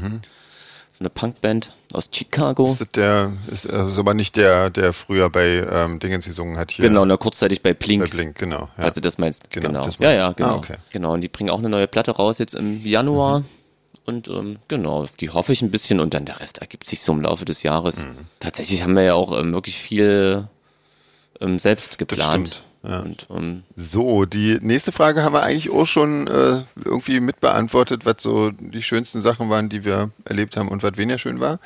So eine Punkband aus Chicago. Mhm. Ist das der, ist, äh, ist aber nicht der, der früher bei ähm, Dingens gesungen hat hier. Genau, und kurzzeitig bei Plink. Bei Blink, genau. Ja. Falls du das meinst. Genau, Genau. das ja, meine ich. ja, Ah, genau. okay. Mhm. Genau. Und die bringen auch eine neue Platte raus jetzt im Januar. Und ähm, genau, auf die hoffe ich ein bisschen und dann der Rest ergibt sich so im Laufe des Jahres. Mhm. Tatsächlich haben wir ja auch ähm, wirklich viel ähm, selbst geplant. stimmt, ja. Und ähm, So, die nächste Frage haben wir eigentlich auch schon äh, irgendwie mitbeantwortet, was so die schönsten Sachen waren, die wir erlebt haben und was weniger schön war.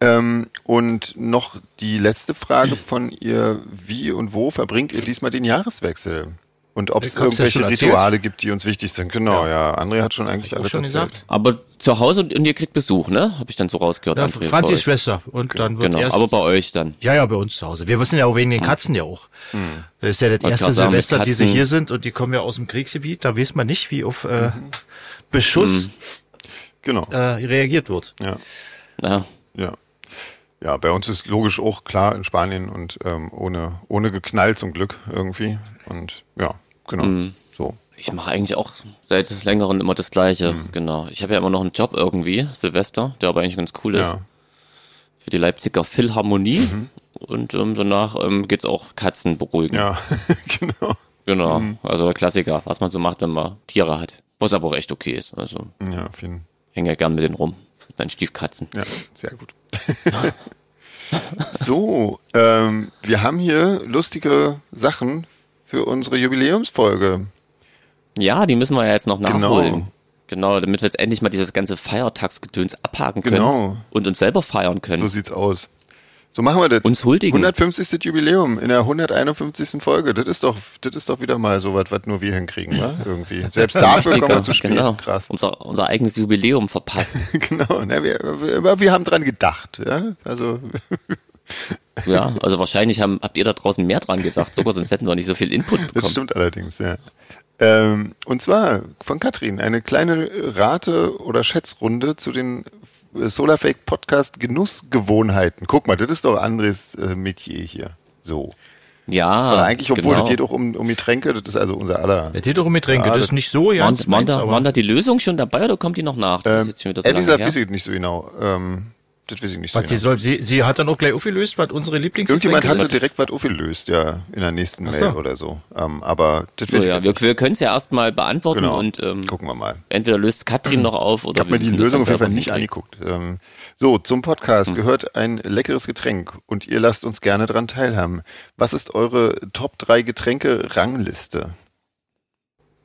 Ähm, und noch die letzte Frage von ihr, wie und wo verbringt ihr diesmal den Jahreswechsel? Und ob es Ich hab's ja irgendwelche Äh, schon erzählt. Rituale gibt, die uns wichtig sind. Genau, ja. André hat schon eigentlich Auch alles schon erzählt. gesagt. aber zu Hause und, und ihr kriegt Besuch, ne? Habe ich dann so rausgehört. Ja, André, bei Franzis euch. Schwester. Und dann wird Genau, erst. aber bei euch dann. ja, ja, bei uns zu Hause. Wir wissen ja auch wegen den Katzen ja auch. Das ist ja das Wollte erste gerade sagen, mit Silvester, die sie Katzen- hier sind und die kommen ja aus dem Kriegsgebiet. Da weiß man nicht, wie auf äh, Beschuss Genau. äh, reagiert wird. Ja. Ja. Ja. Ja, bei uns ist logisch auch klar in Spanien und ähm, ohne, ohne geknallt zum Glück irgendwie. Und ja, genau. Mhm. So. Ich mache eigentlich auch seit längerem immer das Gleiche. Mhm. Genau. Ich habe ja immer noch einen Job irgendwie, Silvester, der aber eigentlich ganz cool ist. Ja. für die Leipziger Philharmonie. Und ähm, danach ähm, geht's auch Katzen beruhigen. Mhm. Ja, genau. Genau. Also der Klassiker, was man so macht, wenn man Tiere hat. Was aber auch echt okay ist. Also Ja, auf jeden hänge ja gern mit denen rum. Dann Stiefkatzen. Ja, sehr gut. so, ähm, wir haben hier lustige Sachen für unsere Jubiläumsfolge. Ja, die müssen wir ja jetzt noch Genau. nachholen. Genau, damit wir jetzt endlich mal dieses ganze Feiertagsgedöns abhaken können Genau. und uns selber feiern So können. sieht's aus. So machen wir das. Uns huldigen. 150. Jubiläum in der 151. Folge. Das ist doch, das ist doch wieder mal so was, was nur wir hinkriegen, wa? Irgendwie. Selbst dafür kommen wir zu spät. genau. Krass. Unser, unser eigenes Jubiläum verpassen. Genau, ne, wir, wir, wir haben dran gedacht. Ja? Also, ja, also wahrscheinlich haben, habt ihr da draußen mehr dran gedacht, sogar sonst hätten wir nicht so viel Input das bekommen. stimmt allerdings, ja. Ähm, und zwar von Katrin, eine kleine Rate- oder Schätzrunde zu den Solarfake Podcast Genussgewohnheiten. Guck mal, das ist doch Andres äh, Metier hier. So. Ja, Aber eigentlich, obwohl Ah, genau. das geht auch um, um Getränke, das ist also unser aller. Der Täter mit Tränke, Ja, das das- Ähm, ist nicht so Waren, ganz waren, meins, da, aber- waren da die Lösung schon dabei oder kommt die noch nach? Das ist jetzt schon wieder so Ehrlich gesagt, lange weiß her. ich nicht so genau. Ähm, das weiß ich nicht so Was sie, genau. soll, sie, sie hat dann auch gleich aufgelöst, was unsere Lieblings Irgendjemand Getränke hatte sind. direkt was aufgelöst, ja, in der nächsten Ach so. Mail oder so. Ähm, aber das weiß So, ja, ich nicht. wir wir können es ja erstmal beantworten Genau. und ähm, Gucken wir mal. entweder löst Katrin noch auf oder Ich habe mir wir die müssen das Lösung auf Ganze jeden Fall einfach nicht hinkriegen. Hm. angeguckt. Ähm, so, zum Podcast gehört ein leckeres Getränk und ihr lasst uns gerne dran teilhaben. Was ist eure Top 3 Getränke-Rangliste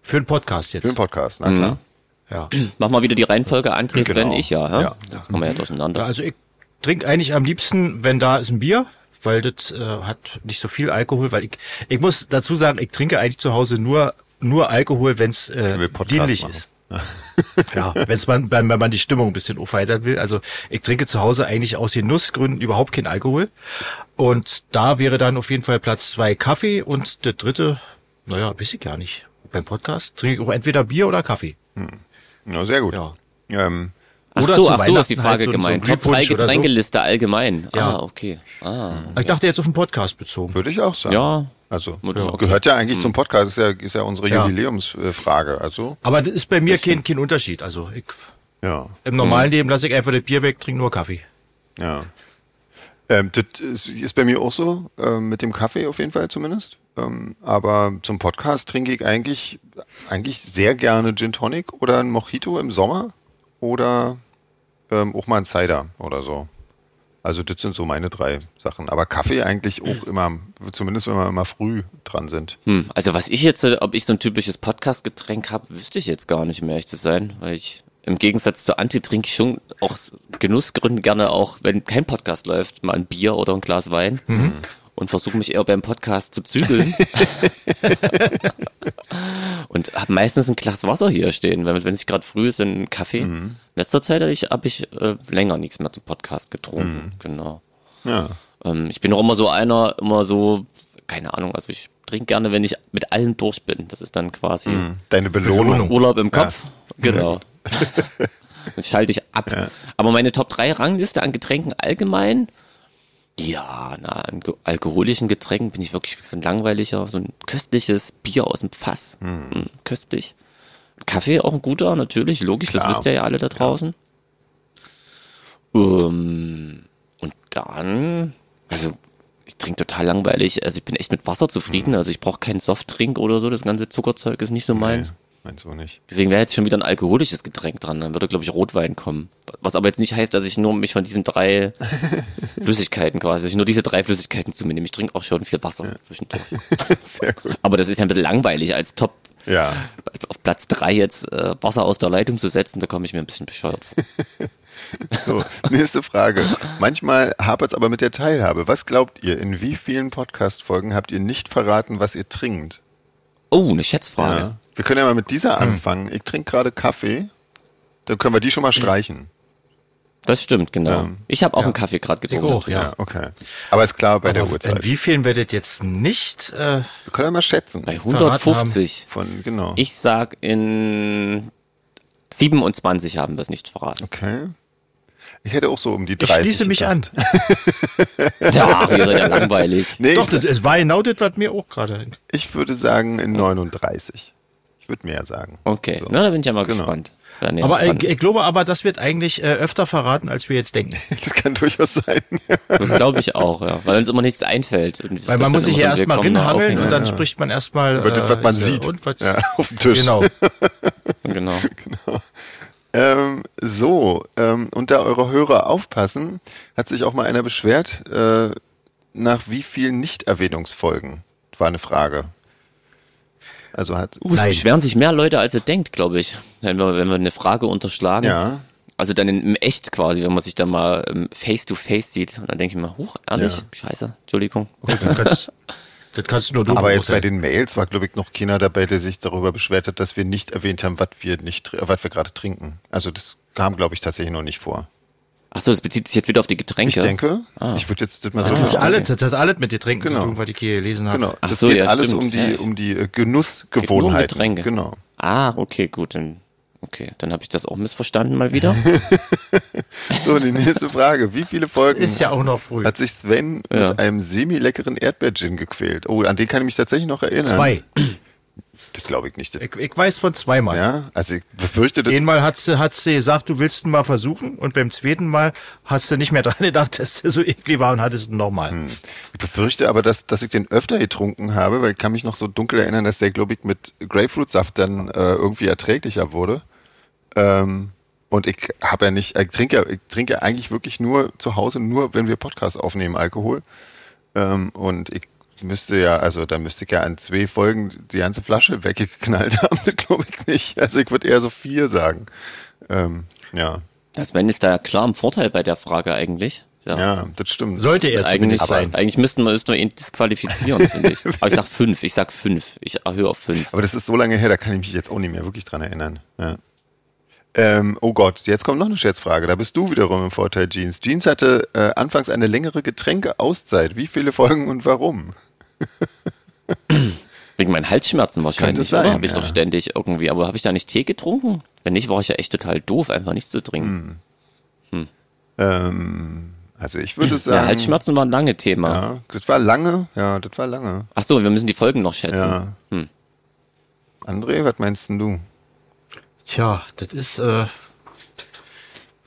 Für einen Podcast jetzt. für den Podcast? Na klar. Ja. Mach mal wieder die Reihenfolge, André, Sven, Genau. ich, ja. hä? Ja. Das kommen wir ja durcheinander. Ja, also ich trinke eigentlich am liebsten, wenn da ist ein Bier, weil das äh, hat nicht so viel Alkohol, weil ich, ich muss dazu sagen, ich trinke eigentlich zu Hause nur nur Alkohol, wenn es äh, wir Podcast dienlich machen. ist. ja, wenn's man, wenn man die Stimmung ein bisschen aufheitern will. Also ich trinke zu Hause eigentlich aus Genussgründen überhaupt keinen Alkohol. Und da wäre dann auf jeden Fall Platz zwei Kaffee und der dritte, naja, weiß ich gar nicht. Beim Podcast trinke ich auch entweder Bier oder Kaffee. Mhm. Na, sehr gut. Ja. Ähm, Ach Oder so, zu ach so ist Weihnachten die Frage halt so- so ein gemeint. Top 3 Glückwunsch oder so. Getränkeliste allgemein. Ja. Ah, okay. Ah, Ich dachte jetzt auf den Podcast bezogen. Würde ich auch sagen. ja. Also Mutter, okay. gehört ja eigentlich zum Podcast, ist ja, ist ja unsere Ja. Jubiläumsfrage. Also, Aber das ist bei mir kein, kein Unterschied. Also ich, ja. im normalen Mhm. Leben lasse ich einfach das Bier weg, trinke nur Kaffee. Ja. Ähm, das ist- ist bei mir auch so, ähm, mit dem Kaffee auf jeden Fall zumindest. Ähm, aber zum Podcast trinke ich eigentlich, eigentlich sehr gerne Gin Tonic oder ein Mojito im Sommer oder ähm, auch mal ein Cider oder so. Also das sind so meine drei Sachen. Aber Kaffee eigentlich auch immer, zumindest wenn wir immer früh dran sind. Hm, also was ich jetzt, äh, ob ich so ein typisches Podcast-Getränk habe, wüsste ich jetzt gar nicht mehr, ehrlich zu sein, weil ich im Gegensatz zu Anti trinke ich schon auch aus Genussgründen gerne auch, wenn kein Podcast läuft, mal ein Bier oder ein Glas Wein und versuche mich eher beim Podcast zu zügeln. und habe meistens ein Glas Wasser hier stehen, wenn wenn es gerade früh ist, dann einen Kaffee. In letzter Zeit habe ich, hab ich äh, länger nichts mehr zum Podcast getrunken, genau. Ja. Ähm, ich bin auch immer so einer, immer so, keine Ahnung, also ich trinke gerne, wenn ich mit allem durch bin. Das ist dann quasi Deine Belohnung. Urlaub im Kopf. Genau. Dann schalte ich ab. Aber meine Top 3 Rangliste an Getränken allgemein, ja, na, an ge- alkoholischen Getränken bin ich wirklich so ein langweiliger, so ein köstliches Bier aus dem Fass. Mm, Köstlich. Kaffee auch ein guter, natürlich, logisch, Klar. das wisst ihr ja alle da draußen. Ähm, und dann, also ich trinke total langweilig, also ich bin echt mit Wasser zufrieden, also ich brauche keinen Softdrink oder so, das ganze Zuckerzeug ist nicht so meins. Meinst du nicht? Deswegen wäre jetzt schon wieder ein alkoholisches Getränk dran. Dann würde, glaube ich, Rotwein kommen. Was aber jetzt nicht heißt, dass ich nur mich von diesen drei Flüssigkeiten quasi, dass ich nur diese drei Flüssigkeiten zu mir nehme. Ich trinke auch schon viel Wasser zwischendurch. Sehr gut. Aber das ist ja ein bisschen langweilig, als Top Ja. auf Platz drei jetzt äh, Wasser aus der Leitung zu setzen. Da komme ich mir ein bisschen bescheuert vor. So, nächste Frage. Manchmal hapert es aber mit der Teilhabe. Was glaubt ihr, in wie vielen Podcast-Folgen habt ihr nicht verraten, was ihr trinkt? Oh, eine Schätzfrage. Ja. Wir können ja mal mit dieser Hm. anfangen. Ich trinke gerade Kaffee. Dann können wir die schon mal streichen. Das stimmt, genau. Ja. Ich habe auch einen Kaffee gerade getrunken. auch, ja. Ja, okay. Aber ist klar bei der Aber Uhrzeit. in wie vielen werdet jetzt nicht? Äh, Wir können ja mal schätzen. Bei 150. Von, genau. Ich sag in 27 haben wir es nicht verraten. Okay. Ich hätte auch so um die ich 30. schließe mich gedacht. an. Ja, wir sind ja langweilig. Nee, Doch, ich, das, es war genau das, was mir auch gerade. ich würde sagen in 39. Ich würde mehr sagen. Okay, So. na, da bin ich ja mal Genau. gespannt. wer näher Aber dran ich, ich glaube aber, das wird eigentlich äh, öfter verraten, als wir jetzt denken. Das kann durchaus sein. ist. das glaube ich auch, ja. Weil uns immer nichts einfällt. Und Weil das man muss sich dann ja immer so ein erstmal willkommener rinhangeln und Aufhänger dann spricht man erstmal. äh, Über das, was man sieht. Und was, Ja, auf dem Tisch. Genau. ist. Genau. Ähm, so, ähm, und da eure Hörer aufpassen, hat sich auch mal einer beschwert, äh, nach wie vielen Nichterwähnungsfolgen? War eine Frage. Also hat. Uh, es Nein. beschweren sich mehr Leute, als ihr denkt, glaube ich. Wenn wir, wenn wir eine Frage unterschlagen. Ja, Also dann in, im Echt quasi, wenn man sich dann mal ähm, face to face sieht. Und dann denke ich mir, huch, ehrlich? Ja. Scheiße, Entschuldigung. Okay, das, kannst, das kannst nur du aber jetzt bei beurteilen. den Mails war, glaube ich, noch keiner dabei, der sich darüber beschwert hat, dass wir nicht erwähnt haben, was wir nicht, tr- äh, was wir gerade trinken. Also das kam, glaube ich, tatsächlich noch nicht vor. Achso, das bezieht sich jetzt wieder auf die Getränke. Ich denke, Ah. ich würde jetzt das mal Das so ist alles, das hat alles mit dir trinken Genau. zu tun, weil ich hier gelesen habe. Genau. Ach das so, geht ja, alles stimmt. um die, Ja, ich- um die äh, nur um Genussgewohnheiten. Getränke. Genau. Ah, okay, gut. Dann, okay, dann habe ich das auch missverstanden mal wieder. So, die nächste Frage. Wie viele Folgen Ist ja auch noch früh. hat sich Sven Ja. mit einem semi-leckeren Erdbeer-Gin gequält. Oh, an den kann ich mich tatsächlich noch erinnern. Zwei. Das glaube ich nicht. Ich, ich weiß von zweimal. Ja, also ich befürchte, das, Einmal hat sie, hat sie gesagt, du willst ihn mal versuchen und beim zweiten Mal hast du nicht mehr dran gedacht, dass der so eklig war und hattest ihn nochmal. Hm. ich befürchte aber, dass, dass ich den öfter getrunken habe, weil ich kann mich noch so dunkel erinnern, dass der, glaube ich, mit Grapefruitsaft dann äh, irgendwie erträglicher wurde. Ähm, und ich habe ja nicht, äh, ich trinke, ja- ich trinke ja eigentlich wirklich nur zu Hause, nur wenn wir Podcasts aufnehmen, Alkohol. Ähm, und ich müsste ja, also da müsste ich ja an zwei Folgen die ganze Flasche weggeknallt haben, glaube ich nicht. Also ich würde eher so vier sagen. Ähm, ja, Das Sven ist da ja klar im Vorteil bei der Frage eigentlich. ja, das stimmt. Sollte er eigentlich zumindest sein. sein. Eigentlich müssten wir, müssten wir ihn disqualifizieren, finde ich. Aber ich sag fünf, ich sag fünf. Ich erhöhe auf fünf. Aber das ist so lange her, da kann ich mich jetzt auch nicht mehr wirklich dran erinnern. Ja. Ähm, oh Gott, jetzt kommt noch eine Schätzfrage. Da bist du wiederum im Vorteil, Jeans. Jeans hatte äh, anfangs eine längere Getränkeauszeit. Wie viele Folgen und warum? Wegen meinen Halsschmerzen wahrscheinlich, sein, oder? Habe ich ja. doch ständig irgendwie. Aber habe ich da nicht Tee getrunken? Hm. Wenn nicht, war ich ja echt total doof, einfach nichts zu trinken. Ähm, Also ich würde sagen. Ja, halt Halsschmerzen war ein lange Thema. ja, das war lange. Ja, das war lange. Ach so, wir müssen die Folgen noch schätzen. Ja. Hm. André, was meinst denn du? Tja, das ist, äh,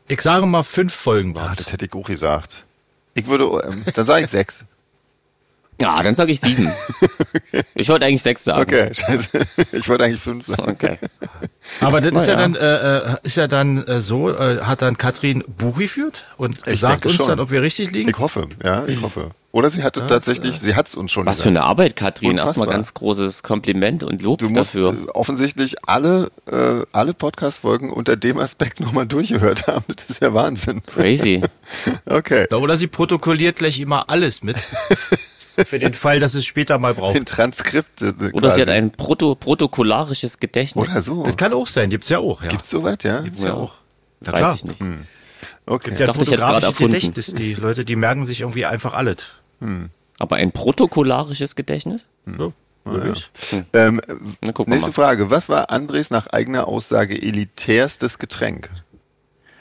ich sage mal fünf Folgen Ah, war's. das hätte ich auch gesagt. Ich würde, ähm, dann sage ich sechs. Ja, dann sage ich sieben. ich wollte eigentlich sechs sagen. Okay, scheiße. Ich wollte eigentlich fünf sagen. Okay. Aber das ist ja, Naja. dann, äh, äh, ist ja dann äh, so, äh, hat dann Katrin Buch geführt und Ich sagt denke uns schon. dann, ob wir richtig liegen. Ich hoffe, ja, ich hoffe. Oder sie hatte tatsächlich, sie hat es uns schon Was für gesagt. eine Arbeit, Katrin. Unfassbar. Erstmal ganz großes Kompliment und Lob Du musst dafür. äh, offensichtlich alle, äh, alle Podcast-Folgen unter dem Aspekt nochmal durchgehört haben. Das ist ja Wahnsinn. Crazy. Okay. Ja, Oder sie protokolliert gleich immer alles mit. Für den Fall, dass es später mal braucht. In Transkript. äh, Oder sie quasi. hat ein proto protokolarisches Gedächtnis. Oder so. Das kann auch sein, gibt's ja auch, ja. Genau. Gibt's soweit, ja? Gibt's ja, auch. Na Weiß klar. ich Hm. nicht. Okay. Ja, Dachte ich jetzt fotografische gerade erfunden. Gedächtnis, die Leute, die merken sich irgendwie einfach alles. Aber ein protokolarisches Gedächtnis? Hm. So, würde ich. Ähm, Na, gucken wir nächste mal. Frage. Was war Andres nach eigener Aussage elitärstes Getränk?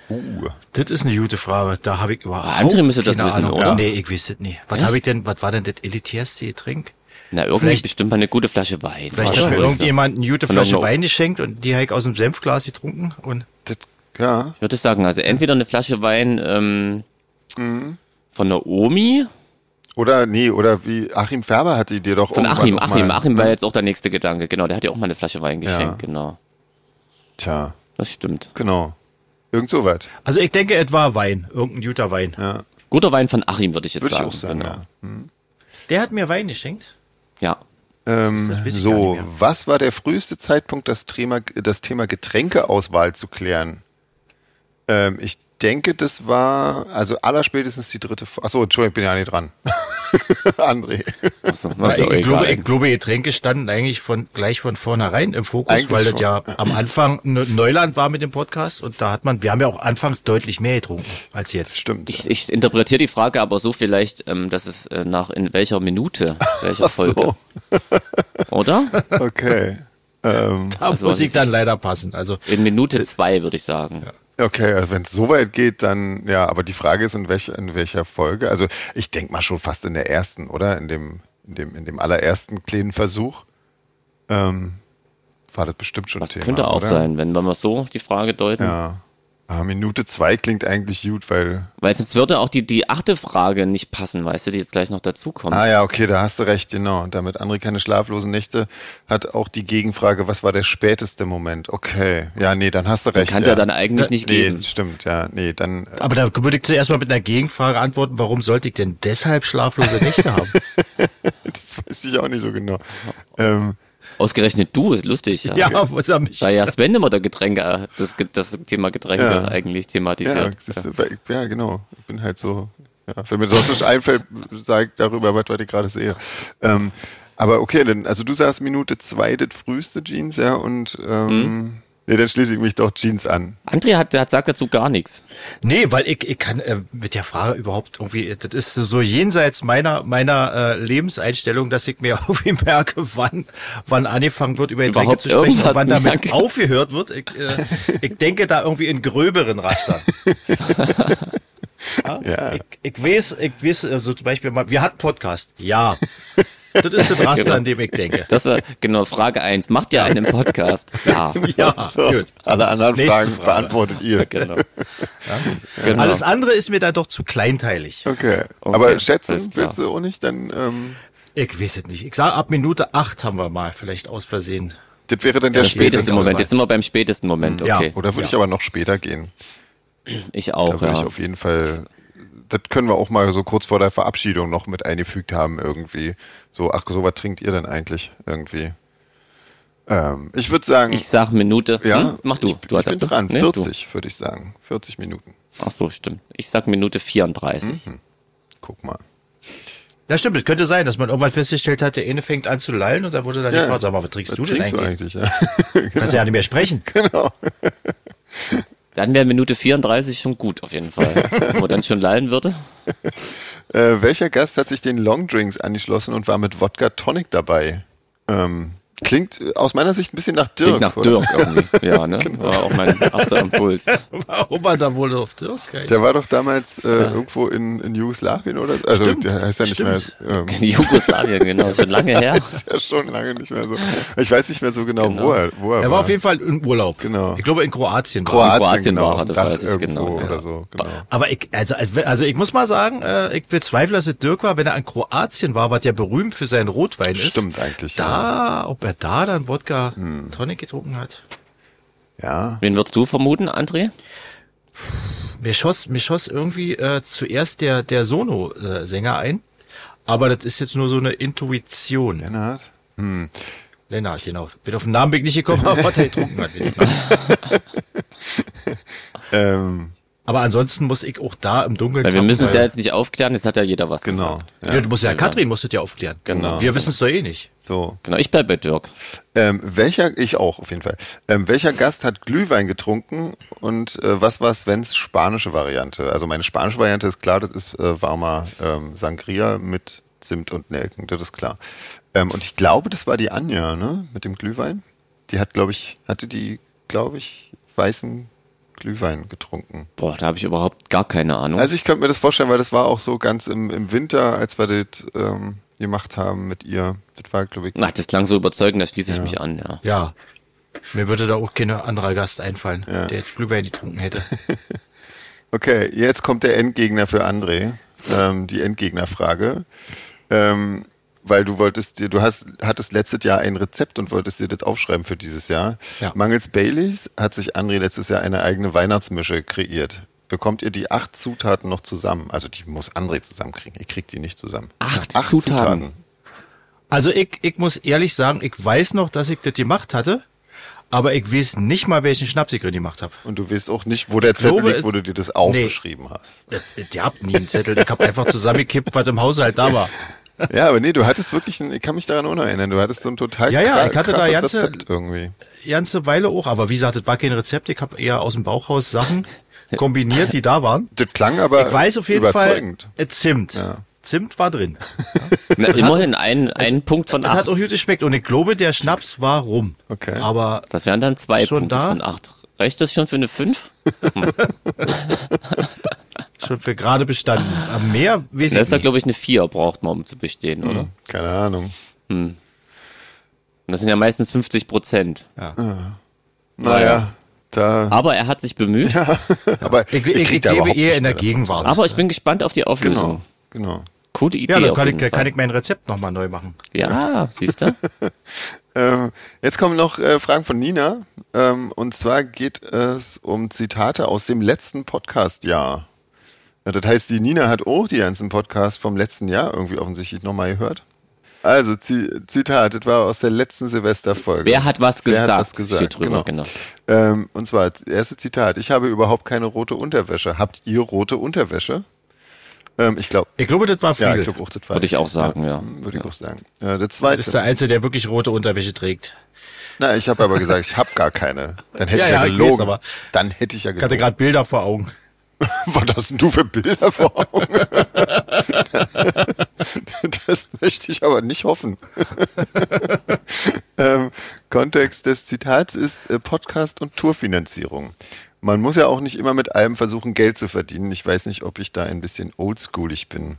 Uh. Das ist eine gute Frage. Da habe ich überhaupt André müsste das keine wissen, Ahnung. oder? Nee, ich weiß das nicht. Was Echt? habe ich denn, was war denn das elitärste Getränk? Na, irgendwie Vielleicht- bestimmt mal eine gute Flasche Wein. Vielleicht Oder? hat mir irgendjemand eine gute Von Flasche irgendeiner- Wein geschenkt und die habe ich aus dem Senfglas getrunken und Das, ja. Ich würde sagen, also entweder eine Flasche Wein ähm, Mhm. von der Omi, Oder, nee, oder wie Achim Färber hatte dir doch von irgendwann Achim. Oh, noch Achim, mal, Mhm. Achim war jetzt auch der nächste Gedanke. Genau, der hat ja auch mal eine Flasche Wein geschenkt. Genau, Tja, das stimmt. genau. Irgend sowas. also ich denke, es war Wein, irgendein guter Wein. Guter Wein von Achim, würde ich jetzt Würde ich sagen. auch sagen, genau. ja. Der hat mir Wein geschenkt. ja. Das Ähm, weiß ich gar so, nicht mehr. was war der früheste Zeitpunkt, das Thema, das Thema Getränkeauswahl zu klären? Ähm, ich denke, das war, also allerspätestens die dritte. Fo- Achso, Entschuldigung, ich bin ja nicht dran. André. Achso, also ich, glaube, egal. ich glaube, Getränke standen eigentlich von gleich von vornherein im Fokus, Eigentlich weil das schon. ja am Anfang ne- Neuland war mit dem Podcast und da hat man, wir haben ja auch anfangs deutlich mehr getrunken als jetzt. Stimmt. ich, ich interpretiere die Frage aber so vielleicht, ähm, dass es äh, nach in welcher Minute, welcher Folge, so, oder? okay. ähm, Da Also muss ich nicht- dann leider passen. Also In Äh, Minute zwei, würde ich sagen. okay, also wenn es so weit geht, dann ja, aber die Frage ist, in welcher, in welcher Folge? Also ich denke mal schon fast in der ersten, oder? In dem, in dem, in dem allerersten kleinen Versuch. Ähm, war das bestimmt schon Was Thema. könnte auch oder? sein, wenn wenn wir so die Frage deuten. Ja. Ah, Minute zwei klingt eigentlich gut, weil. Weil sonst würde auch die, die achte Frage nicht passen, weißt du, die jetzt gleich noch dazukommt. Ah ja, okay, da hast du recht, genau. Und damit André keine schlaflosen Nächte hat auch die Gegenfrage, was war der späteste Moment? Okay. Ja, nee, dann hast du recht. Kann's ja dann eigentlich nicht nee, geben. Stimmt, ja. Nee, dann. Aber da würde ich zuerst mal mit einer Gegenfrage antworten, warum sollte ich denn deshalb schlaflose Nächte haben? Das weiß ich auch nicht so genau. Ähm, Ausgerechnet du, ist lustig. Ja. ja, was er mich. Da ja Sven immer der Getränke, äh, das, Ge- das Thema Getränke Ja. eigentlich ja, thematisiert. siehst du, weil- ja, genau. Ich bin halt so. Ja, wenn mir sonst nicht einfällt, sage ich darüber, was was ich gerade sehe. Ähm, aber okay, dann, also du sagst Minute zwei, das früheste Jeans, ja, und ähm, Hm? nee, dann schließe ich mich doch Jeans an. André hat, hat sagt dazu gar nichts. Nee, weil ich, ich kann äh, mit der Frage überhaupt irgendwie, das ist so jenseits meiner meiner äh, Lebenseinstellung, dass ich mir irgendwie merke, wann wann angefangen wird, über Getränke Überhaupt zu sprechen und irgendwas wann damit merken. aufgehört wird. Ich, äh, ich denke da irgendwie in gröberen Rastern. Ja. Ich, ich weiß, ich weiß, also zum Beispiel mal, wir hatten Podcast. Ja. Das ist Genau. das Raster, an dem ich denke. Das war, genau, Frage eins. Macht ihr einen Podcast? Ja. Ja, gut. Alle anderen Nächste Fragen Frage. beantwortet ihr. Genau. genau. Alles andere ist mir dann doch zu kleinteilig. Okay. Okay, Aber alles schätzen klar. willst du auch nicht, dann ähm, Ich weiß es nicht. Ich sag, ab Minute acht haben wir mal, vielleicht aus Versehen. das wäre dann der, der späteste späteste Moment. Auswahl. Jetzt sind wir beim spätesten Moment. Ja. Okay. Oder würde ich aber noch später gehen. Ich Da auch, würde ja. ich auf jeden Fall. Das können wir auch mal so kurz vor der Verabschiedung noch mit eingefügt haben irgendwie. So, ach so, was trinkt ihr denn eigentlich irgendwie? Ähm, ich würde sagen, Ich sag Minute. ja, Hm? Mach du. Ich, du ich als bin erstes. dran. Nee, du. 40 würde ich sagen. 40 Minuten. Ach so, stimmt. Ich sag Minute Hm? 34. Guck mal. Das stimmt, es könnte sein, dass man irgendwann festgestellt hat, der eine fängt an zu lallen und dann wurde dann Ja. gefragt, sag mal, was trinkst Was du denn trinkst du eigentlich? eigentlich? Genau. Ja. Kannst ja nicht mehr sprechen. Dann wäre Minute 34 schon gut, auf jeden Fall. Wo dann schon leiden würde. Äh, welcher Gast hat sich den Long Drinks angeschlossen und war mit Wodka Tonic dabei? Ähm, Klingt äh, aus meiner Sicht ein bisschen nach Dirk. Klingt nach oder? Dirk irgendwie. Ja, ne? War auch mein erster Impuls. Warum war da wohl auf Dirk? Der war doch damals äh, irgendwo in, in Jugoslawien oder so. Also Stimmt, der heißt ja nicht stimmt. mehr. Ähm, Die Jugoslawien, genau, schon lange her. ist ja schon lange nicht mehr so. Ich weiß nicht mehr so genau, Genau. wo er, wo er, Er war auf jeden Fall im Urlaub. Genau. Ich glaube in Kroatien. war Kroatien war er, das Dach weiß ich irgendwo genau, ja. Oder so, genau. Aber ich, also, also ich muss mal sagen, äh, ich bezweifle, dass es Dirk war, wenn er an Kroatien war, was ja berühmt für seinen Rotwein ist. Stimmt eigentlich. Hm. Da, ob er da dann Wodka Tonic getrunken hat. Ja. Wen würdest du vermuten, André? Mir schoss, mir schoss irgendwie äh, zuerst der, der Sono-Sänger ein. Aber das ist jetzt nur so eine Intuition. ne? Lennart. Lennart, genau. Bin auf den Namen bin ich nicht gekommen, aber was er getrunken hat. weiß ich nicht. Ähm, Aber ansonsten muss ich auch da im Dunkeln. Weil wir müssen es ja tappen, jetzt nicht aufklären, jetzt hat ja jeder was genau. gesagt. weil- Ja, du musst ja, Katrin musst es ja aufklären. Genau. Wir wissen es doch eh nicht. So. Genau, ich bleib bei Dirk. Ähm, welcher, ich auch auf jeden Fall. Ähm, welcher Gast hat Glühwein getrunken und äh, was war Svens spanische Variante? Also meine spanische Variante ist klar, das ist äh, warmer ähm, Sangria mit Zimt und Nelken, das ist klar. Ähm, und ich glaube, das war die Anja, ne, mit dem Glühwein. Die hat, glaube ich, hatte die, glaube ich, weißen Glühwein getrunken. Boah, da habe ich überhaupt gar keine Ahnung. Also ich könnte mir das vorstellen, weil das war auch so ganz im, im Winter, als wir das ähm, gemacht haben mit ihr. Das war, glaube ich, Na, das klang so überzeugend, da schließe ich mich an, ja. Ja. Mir würde da auch kein anderer Gast einfallen, der jetzt Glühwein getrunken hätte. Okay, jetzt kommt der Endgegner für André. Ähm, die Endgegnerfrage. Ähm, weil du wolltest dir, du hast, hattest letztes Jahr ein Rezept und wolltest dir das aufschreiben für dieses Jahr. Ja. Mangels Baileys hat sich André letztes Jahr eine eigene Weihnachtsmische kreiert. Bekommt ihr die acht Zutaten noch zusammen? Also die muss André zusammenkriegen. Ihr kriegt die nicht zusammen. Acht Zutaten. Also ich, ich muss ehrlich sagen, ich weiß noch, dass ich das gemacht hatte, aber ich weiß nicht mal, welchen Schnaps ich drin gemacht habe. Und du weißt auch nicht, wo der Zettel glaube, liegt, wo es- du dir das aufgeschrieben hast. Ihr habt nie einen Zettel, ich habe einfach zusammengekippt, was im Haushalt da war. Ja, aber nee, du hattest wirklich, ein, ich kann mich daran auch noch erinnern, du hattest so ein total Ja, ja, kra- ich hatte da krasses ganze- Rezept irgendwie. Ganze Weile auch, aber wie gesagt, das war kein Rezept, ich habe eher aus dem Bauchhaus Sachen kombiniert, die da waren. Das klang aber Ich weiß auf jeden überzeugend. Fall, äh, Zimt. Zimt war drin. Na, immerhin ein, ein Punkt von Das hat acht. auch gut geschmeckt und ich glaube, der Schnaps war rum. Okay. Aber Das wären dann zwei Schon Punkte da? von acht. Reicht das schon für eine fünf? schon für gerade bestanden. Aber Mehr weiß Das ich wäre, nicht. glaube ich, eine vier braucht man, um zu bestehen, oder? Und Keine Ahnung. das sind ja meistens 50 Prozent. Naja, da. Aber er hat sich bemüht. Aber Ich, ich, ich krieg da lebe überhaupt eher nicht in der mehr. Gegenwart. Aber ich bin gespannt auf die Auflösung. Genau, genau. Coole Idee. ja, dann auf kann jeden ich, Fall. kann ich mein Rezept nochmal neu machen. Ja, siehst du? Ähm, jetzt kommen noch äh, Fragen von Nina. Ähm, und zwar geht es um Zitate aus dem letzten Podcast-Jahr. Ja, das heißt, die Nina hat auch die ganzen Podcasts vom letzten Jahr irgendwie offensichtlich nochmal gehört. Also, Zi- Zitat, das war aus der letzten Silvesterfolge. Wer hat was Wer gesagt? hat was gesagt? Steht drüber, genau. Ähm, und zwar, das erste Zitat. Ich habe überhaupt keine rote Unterwäsche. Habt ihr rote Unterwäsche? Ähm, ich glaube, Ich glaube, das war ja, Friedel. ich glaube auch, das war Würde ich auch sagen, ja. Hm, Würde ich auch sagen. Äh, der das zweite. ist der Einzige, der wirklich rote Unterwäsche trägt. Na, ich habe aber gesagt, ich habe gar keine. Dann hätte Ja, ich ja, ja, ich gelogen. weiß, aber- Dann hätte ich ja Ich hatte gelogen. gerade Bilder vor Augen. Was hast denn du für Bilder vor Augen? das möchte ich aber nicht hoffen. ähm, Kontext des Zitats ist äh, Podcast und Tourfinanzierung. Man muss ja auch nicht immer mit allem versuchen, Geld zu verdienen. Ich weiß nicht, ob ich da ein bisschen oldschoolig bin.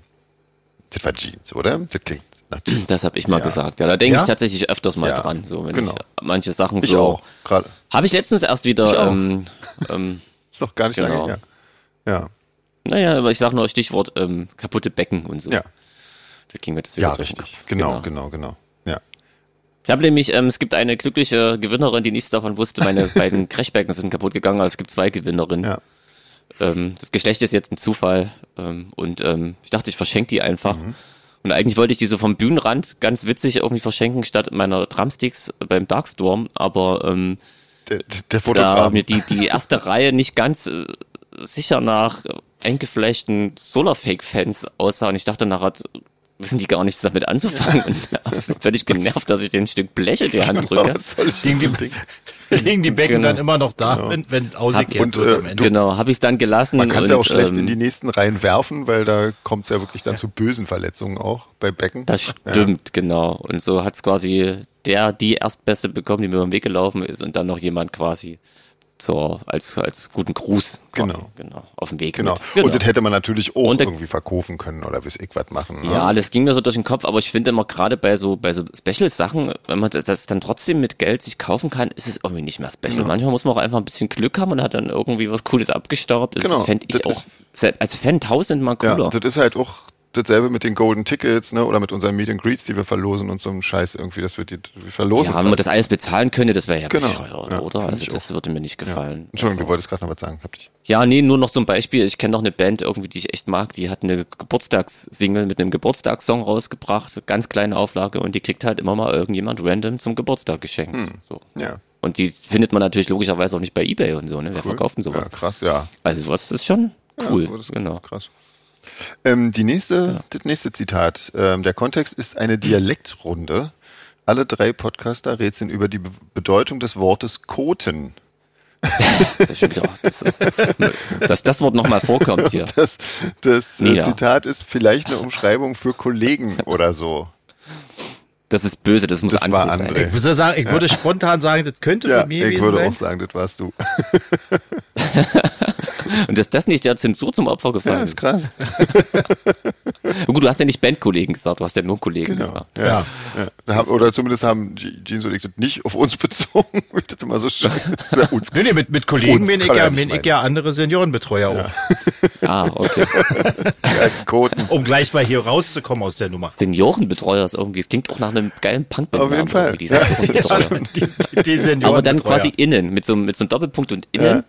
Das war Jeans, oder? Das klingt nach Jeans. Das habe ich mal gesagt. Ja, da denke Ja? ich tatsächlich öfters mal Ja, dran. So, wenn genau. ich manche Sachen Ich so. auch, gerade. Habe ich letztens erst Ich wieder. auch. Ähm, ähm, Ist doch gar nicht Genau. lange her. Ja. naja, aber ich sage nur Stichwort ähm, kaputte Becken und so. Ja. Da ging mir das wieder Ja, durch den richtig. Kopf. Genau, genau, genau. Ja. Ich habe nämlich, ähm, es gibt eine glückliche Gewinnerin, die nichts davon wusste. Meine beiden Crashbecken sind kaputt gegangen, aber es gibt zwei Gewinnerinnen. Ja. Ähm, das Geschlecht ist jetzt ein Zufall. Ähm, und ähm, ich dachte, ich verschenke die einfach. Und eigentlich wollte ich die so vom Bühnenrand ganz witzig irgendwie verschenken, statt meiner Drumsticks beim Darkstorm. Aber ähm, Der, der da Fotograf. war mir die, die erste Reihe nicht ganz äh, sicher nach äh, eingeflechten Solarfake-Fans aussah. Und ich dachte nachher, wissen die gar nichts damit anzufangen und sind völlig genervt, dass ich dem Stück Blech in die Hand drücke. Was soll ich Liegen die, mit dem Ding? liegen die Becken Genau. dann immer noch da, wenn, wenn ausgekehrt Und, wird am äh, Ende. Genau, habe ich es dann gelassen. Man kann es ja und, auch schlecht in die ähm, nächsten Reihen werfen, weil da kommt es ja wirklich dann zu bösen Verletzungen auch bei Becken. Das stimmt, genau. Und so hat es quasi der, die Erstbeste bekommen, die mir über den Weg gelaufen ist und dann noch jemand quasi zur, als, als guten Gruß. Quasi, Genau. Genau. Auf dem Weg. genau. Mit. genau. Und das hätte man natürlich auch Und der- irgendwie verkaufen können oder bis ich was machen. ne? ja, das ging mir so durch den Kopf, aber ich finde immer gerade bei so, bei so Special-Sachen, wenn man das- das dann trotzdem mit Geld sich kaufen kann, ist es irgendwie nicht mehr special. Genau. Manchmal muss man auch einfach ein bisschen Glück haben und hat dann irgendwie was Cooles abgestaubt. Also Das, Genau. das fände ich Das auch als Fan tausendmal Ja, cooler. das ist halt auch dasselbe mit den Golden Tickets, ne, oder mit unseren Meet and Greets, die wir verlosen und so einem Scheiß irgendwie, das wird die wir verlosen. Ja, wenn man das alles bezahlen könnte, das wäre ja Genau. bescheuert, Ja, oder? find Also ich das würde mir nicht gefallen. Entschuldigung, du wolltest gerade noch was sagen, hab dich. Ja, nee, nur noch zum Beispiel, ich kenne noch eine Band irgendwie, die ich echt mag, die hat eine Geburtstagssingle mit einem Geburtstagssong rausgebracht, ganz kleine Auflage und die kriegt halt immer mal irgendjemand random zum Geburtstag geschenkt. Hm. So. Ja. Und die findet man natürlich logischerweise auch nicht bei Ebay und so, ne? Wer verkauft denn sowas? Ja, krass, ja. Also sowas ist schon cool, Ja, das- genau. Krass. Ähm, die nächste, das nächste Zitat. Ähm, der Kontext ist eine Dialektrunde. Alle drei Podcaster rätseln über die Be Bedeutung des Wortes Koten. Das, ist schon wieder, das, ist, dass das Wort nochmal vorkommt hier. Das, das äh, Ja. Zitat ist vielleicht eine Umschreibung für Kollegen oder so. Das ist böse, das muss Das André war sein. André. Ich würde, sagen, ich würde spontan sagen, das könnte Ja, von mir ich gewesen würde sein. auch sagen, das warst du. Und dass das nicht der Zensur zum Opfer gefallen Ja, ist ist. krass. Gut, du hast ja nicht Bandkollegen gesagt, du hast ja nur Kollegen gesagt. Ja. Ja. Da haben, oder zumindest haben Je- Jeans und ich das nicht auf uns bezogen, wie das immer so schön ist. Ja, uns- Nö, nee, mit, mit Kollegen Uns bin ich, kann ja, er nicht bin ich meinen. ja andere Seniorenbetreuer um, Ah, okay. ja, die Koten. auch, um gleich mal hier rauszukommen aus der Nummer. Seniorenbetreuer ist irgendwie, es klingt auch nach einem geilen Punkband. Auf jeden Fall. Die Ja. Seniorenbetreuer. Die, die, die Seniorenbetreuer. Aber dann quasi innen, mit so, einem- mit so einem Doppelpunkt und innen,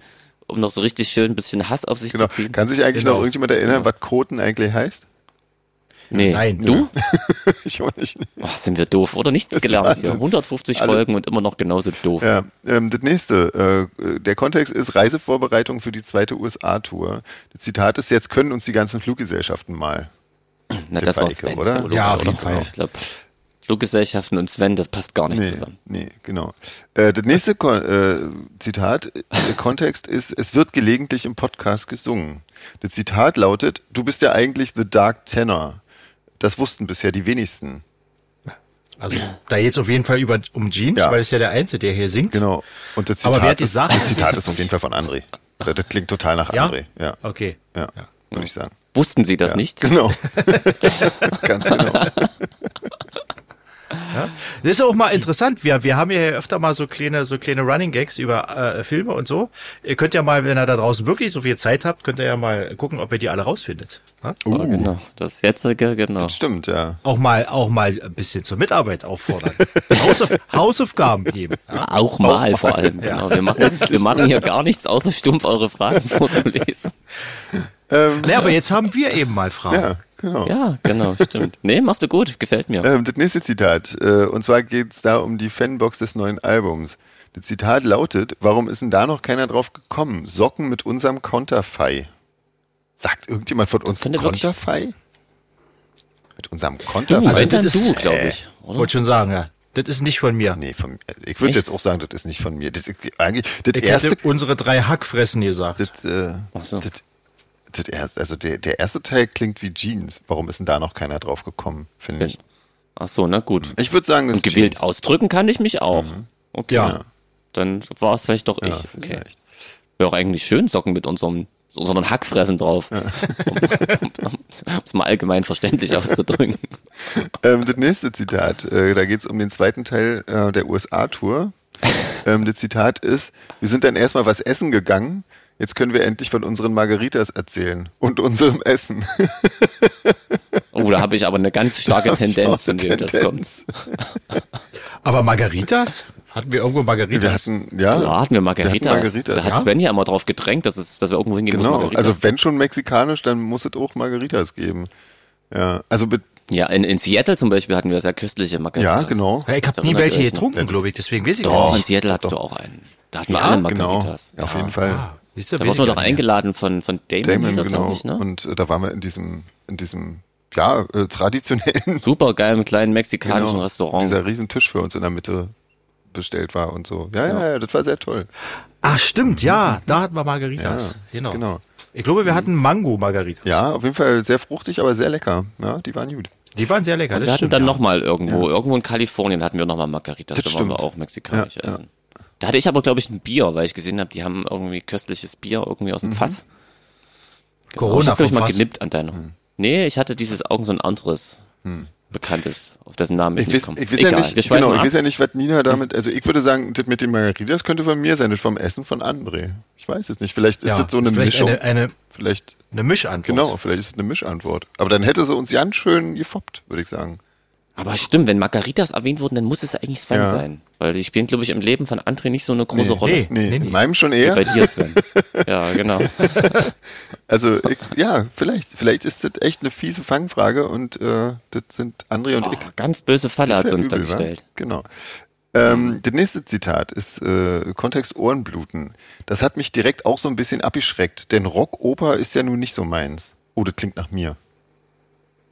um noch so richtig schön ein bisschen Hass auf sich Genau. zu ziehen. Kann sich eigentlich Genau. noch irgendjemand erinnern, was Koten eigentlich heißt? Nee. Nein. Du? ich auch nicht. Ach, sind wir doof, oder? Nichts gelernt hier. 150 Folgen und immer noch genauso doof. Ja, ähm, das nächste. Äh, der Kontext ist Reisevorbereitung für die zweite USA-Tour. Das Zitat ist, jetzt können uns die ganzen Fluggesellschaften mal. Na, das war Ecke, Sven. oder? Zoologisch, Ja, auf jeden oder? Fall. Ich glaube, Fluggesellschaften und Sven, das passt gar nicht Nee, zusammen. nee genau. Äh, das nächste Kon äh, Zitat, äh, Kontext ist, es wird gelegentlich im Podcast gesungen. Das Zitat lautet, du bist ja eigentlich The Dark Tenor. Das wussten bisher die wenigsten. Also da jetzt auf jeden Fall über um Jeans, Ja. weil es ja der Einzige, der hier singt. Genau. Und das Aber Zitat, wer hat die ist, Sache- das Zitat ist auf jeden Fall von André. Das das klingt total nach Ja? André. Ja, Okay. ja, würde ich sagen. Wussten Sie das Ja, nicht? Genau. Ganz genau. Das ist auch mal interessant. Wir, wir haben ja hier öfter mal so kleine, so kleine Running Gags über äh, Filme und so. Ihr könnt ja mal, wenn ihr da draußen wirklich so viel Zeit habt, könnt ihr ja mal gucken, ob ihr die alle rausfindet. Ja? Ja, genau. Das jetzige, genau. Stimmt, ja. Auch mal, auch mal ein bisschen zur Mitarbeit auffordern. Hausauf, Hausaufgaben geben. Ja? Auch mal vor allem, genau. Wir, machen, wir machen hier gar nichts, außer stumpf eure Fragen vorzulesen. Naja, aber jetzt haben wir eben mal Fragen. Ja, genau. Ja, genau, stimmt. Nee, machst du gut, gefällt mir. Ähm, das nächste Zitat. Äh, und zwar geht es da um die Fanbox des neuen Albums. Das Zitat lautet: Warum ist denn da noch keiner drauf gekommen? Socken mit unserem Konterfei. Sagt irgendjemand von uns könnte wirklich- Konterfei? Mit unserem Du, Konterfei? Also wenn das dann ist- du, glaube ich. Oder? Wollte schon sagen, ja. Das ist nicht von mir. nee, von, also ich würde Echt? jetzt auch sagen, das ist nicht von mir. Das, eigentlich, das Ich erste. hätte unsere drei Hackfressen gesagt. Das, äh, Ach so. das, das erste, also der, der erste Teil klingt wie Jeans. Warum ist denn da noch keiner drauf gekommen, finde ich. Ach so, na gut. Ich würde sagen, es Und ist gewählt ausdrücken kann ich mich auch. Mhm. Okay. Ja. Dann war es vielleicht doch ich. okay. Wäre auch eigentlich schön, Socken mit unserem, unseren Hackfressen drauf. um es mal allgemein verständlich auszudrücken. Ähm, das nächste Zitat, äh, da geht es um den zweiten Teil äh, der USA-Tour. Ähm, das Zitat ist, wir sind dann erstmal was essen gegangen, jetzt können wir endlich von unseren Margaritas erzählen und unserem Essen. Oh, da habe ich aber eine ganz starke Tendenz, von wem das kommt. Tendenz. Aber Margaritas? Hatten wir irgendwo Margaritas? Wir hatten, ja, Da hatten wir Margaritas. Wir hatten Margaritas, da hat ja. Sven ja immer drauf gedrängt, dass, es, dass wir irgendwo hingehen, wo es genau. Margaritas Also wenn schon mexikanisch, dann muss es auch Margaritas geben. Ja, also mit, Ja, in, in Seattle zum Beispiel hatten wir sehr köstliche Margaritas. ja, genau. Ja, ich habe Das nie erinnert welche euch, ne? getrunken, glaube ich, deswegen weiß ich Doch, in nicht. Seattle hattest du auch einen. Da hatten wir Ja, alle genau. Margaritas. Ah, Ja, auf jeden Fall. Siehst du, Da weiß wurden wir ich gar doch nicht mehr. eingeladen von, von Damon, Damon, hieß er, genau. glaub ich, ne? Und äh, da waren wir in diesem, in diesem ja, äh, traditionellen, Super geil im kleinen mexikanischen Genau. Restaurant. dieser riesen Tisch für uns in der Mitte bestellt war und so. Ja, ja, ja, das war sehr toll. Ach, Ah, stimmt, ja, da hatten wir Margaritas. Ja, genau. genau. Ich glaube, wir hatten Mango-Margaritas. Ja, auf jeden Fall sehr fruchtig, aber sehr lecker. Ja, die waren gut. Die waren sehr lecker. wir das hatten stimmt, dann ja. nochmal irgendwo, irgendwo in Kalifornien hatten wir nochmal Margaritas, Das da waren wir stimmt. auch mexikanisch essen. Da hatte ich aber, glaube ich, ein Bier, weil ich gesehen habe, die haben irgendwie köstliches Bier irgendwie Mhm. aus dem Fass. Genau. Corona Ich habe vom ich mal Fass. genippt an deiner. Mhm. Nee, ich hatte dieses Augen so ein anderes bekanntes, auf dessen Namen ich, Ich nicht weiß, komme. ich weiß Egal, ja nicht, wir schweifen genau, ich ab. weiß ja nicht, was Nina damit, also ich würde sagen, das mit den Margaritas könnte von mir sein, das vom Essen von André. Ich weiß es nicht. Vielleicht ist Ja, das so eine vielleicht Mischung. Eine, eine, vielleicht, eine Mischantwort. genau, vielleicht ist es eine Mischantwort. Aber dann hätte sie uns ganz schön gefoppt, würde ich sagen. Aber stimmt, wenn Margaritas erwähnt wurden, dann muss es eigentlich Sven Ja. sein. Weil die spielen, glaube ich, im Leben von André nicht so eine große Rolle. Nee, Nee, nee, nee. in meinem schon eher. Bei dir, Sven. ja, genau. Also, ich, ja, vielleicht. Vielleicht ist das echt eine fiese Fangfrage und äh, das sind André und Oh, ich. ganz böse Falle hat sie uns da Äh, Übel, wa? gestellt. Genau. Ähm, das nächste Zitat ist äh, Kontext Ohrenbluten. Das hat mich direkt auch so ein bisschen abgeschreckt, denn Rockoper ist ja nun nicht so meins. Oh, das klingt nach mir.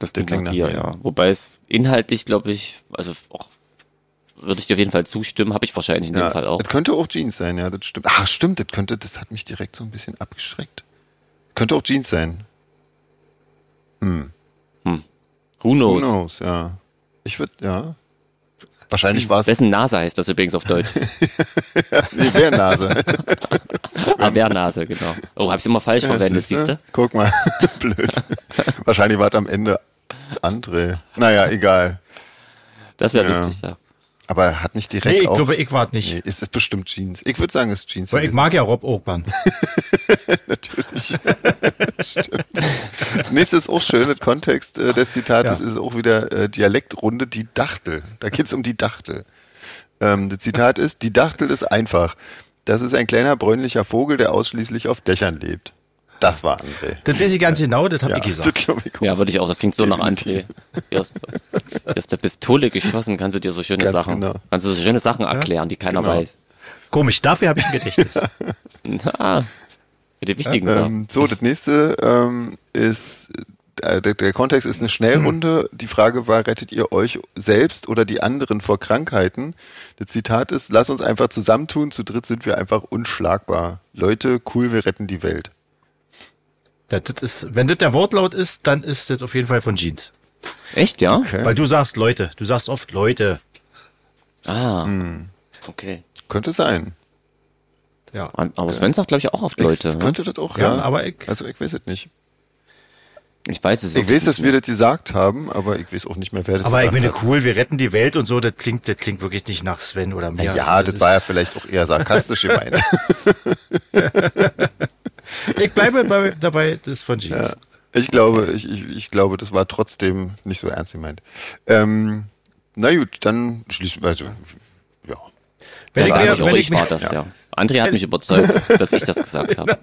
Das Der klingt nach klingt nach dir, mir. ja. Wobei es inhaltlich, glaube ich, also auch würde ich dir auf jeden Fall zustimmen, habe ich wahrscheinlich in dem ja, Fall halt auch. Das könnte auch Jeans sein, ja, das stimmt. Ah, stimmt, das könnte, das hat mich direkt so ein bisschen abgeschreckt. Könnte auch Jeans sein. Who Who knows? knows, ja. Ich würde, ja. Wahrscheinlich war es Dessen Nase heißt das übrigens auf Deutsch. eine Bärnase. Avernase, genau. Oh, hab's immer falsch verwendet, siehst du? Guck mal, blöd. Wahrscheinlich war es am Ende André. Naja, egal. Das wäre Ja. lustig, ja. Aber er hat nicht direkt nee ich auch. glaube, ich warte nicht. nee, ist es bestimmt Jeans. Ich würde sagen, es ist Jeans. Weil ich mag ja Rob Oakman. Nächstes ist auch schön, das Kontext äh, des Zitates Ja. ist auch wieder äh, Dialektrunde, die Dachtel. Da geht's um die Dachtel. Ähm, das Zitat ist, die Dachtel ist einfach. Das ist ein kleiner bräunlicher Vogel, der ausschließlich auf Dächern lebt. Das war André. Das weiß ich ganz genau, das habe ich das gesagt. glaub ich auch. Ja, würde ich auch. Das klingt so nach André. Aus aus der Pistole geschossen, kannst du dir so schöne Ganz Sachen, genau. kannst du so schöne Sachen erklären, die keiner genau. weiß. Komisch, dafür habe ich ein Gedächtnis. Na, für die wichtigen Sachen. Ähm, so, das nächste ähm, ist, äh, der, der Kontext ist eine Mhm. Schnellrunde. Die Frage war, rettet ihr euch selbst oder die anderen vor Krankheiten? Das Zitat ist, lass uns einfach zusammentun, zu dritt sind wir einfach unschlagbar. Leute, cool, wir retten die Welt. Ja, das ist, wenn das der Wortlaut ist, dann ist das auf jeden Fall von Jeans. Echt, ja? Ja. Weil du sagst Leute, du sagst oft Leute. Ah. Hm. Okay. Könnte sein. Ja, An- Aber Sven sagt, glaube ich, auch oft Leute. Ich, ne? könnte das auch, ja. Ja, aber ich- also ich weiß es nicht. Ich weiß es Ich wirklich weiß, dass nicht wir das gesagt haben, aber ich weiß auch nicht mehr, wer das aber ich gesagt finde hat. cool, wir retten die Welt und so, das klingt, das klingt wirklich nicht nach Sven oder mir. Ja, Also, das war ja vielleicht auch eher sarkastisch gemeint. ist, ich bleibe bei, dabei, das ist von Jeans. Äh, Ich glaube, ich, ich, ich glaube, das war trotzdem nicht so ernst gemeint. Ähm, na gut, dann schließen wir. Also, ja. Wenn, Dann ich sage mir, ich auch, wenn, ich ich war mir, das, ja. André hat mich überzeugt, dass ich das gesagt habe.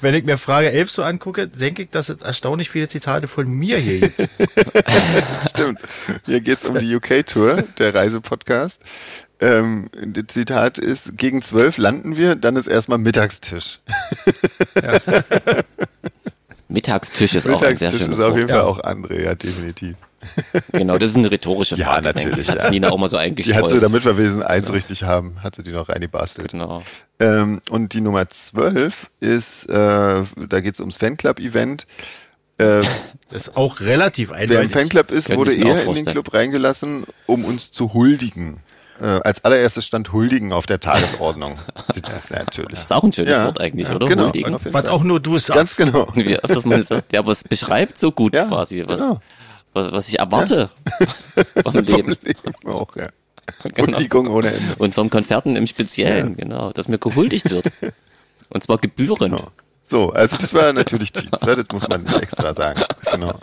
wenn ich mir Frage 11 so angucke, denke ich, dass es erstaunlich viele Zitate von mir hier gibt. Stimmt. Hier geht's um die UK-Tour, der Reisepodcast. Ähm, das Zitat ist: Gegen zwölf landen wir, dann ist erstmal Mittagstisch. Mittagstisch ist auch ein sehr Mittagstisch schönes ist auf jeden Wort. Fall Ja. auch André, ja, definitiv. Genau, das ist eine rhetorische Ja, Frage. denke natürlich, ich. Hat ja. Nina auch mal so Die hat sie, eingestreut. damit wir Wesen eins richtig haben, hat sie die noch reingebastelt. Genau. Ähm, und die Nummer 12 ist, äh, da geht's ums Fanclub-Event. Äh, Das ist auch relativ Wer im eindeutig. Fanclub ist, Könnte wurde ich mir auch eher in den vorstellen. Club reingelassen, um uns zu huldigen. Äh, als allererstes stand Huldigen auf der Tagesordnung. das ist natürlich. Ist auch ein schönes Wort eigentlich, oder? Genau, Huldigen? auf jeden Was Fall. auch nur du Ganz sagst. genau. Wie öfters man es sagt. Ja, aber es beschreibt so gut Ja, quasi, was, genau. was, was ich erwarte vom Leben. Leben auch, ja. Genau. Huldigung ohne Ende. Und vom Konzerten im Speziellen, genau. Dass mir gehuldigt wird. Und zwar gebührend. Genau. So, also das war natürlich Cheats, ne? das muss man nicht extra sagen. Genau.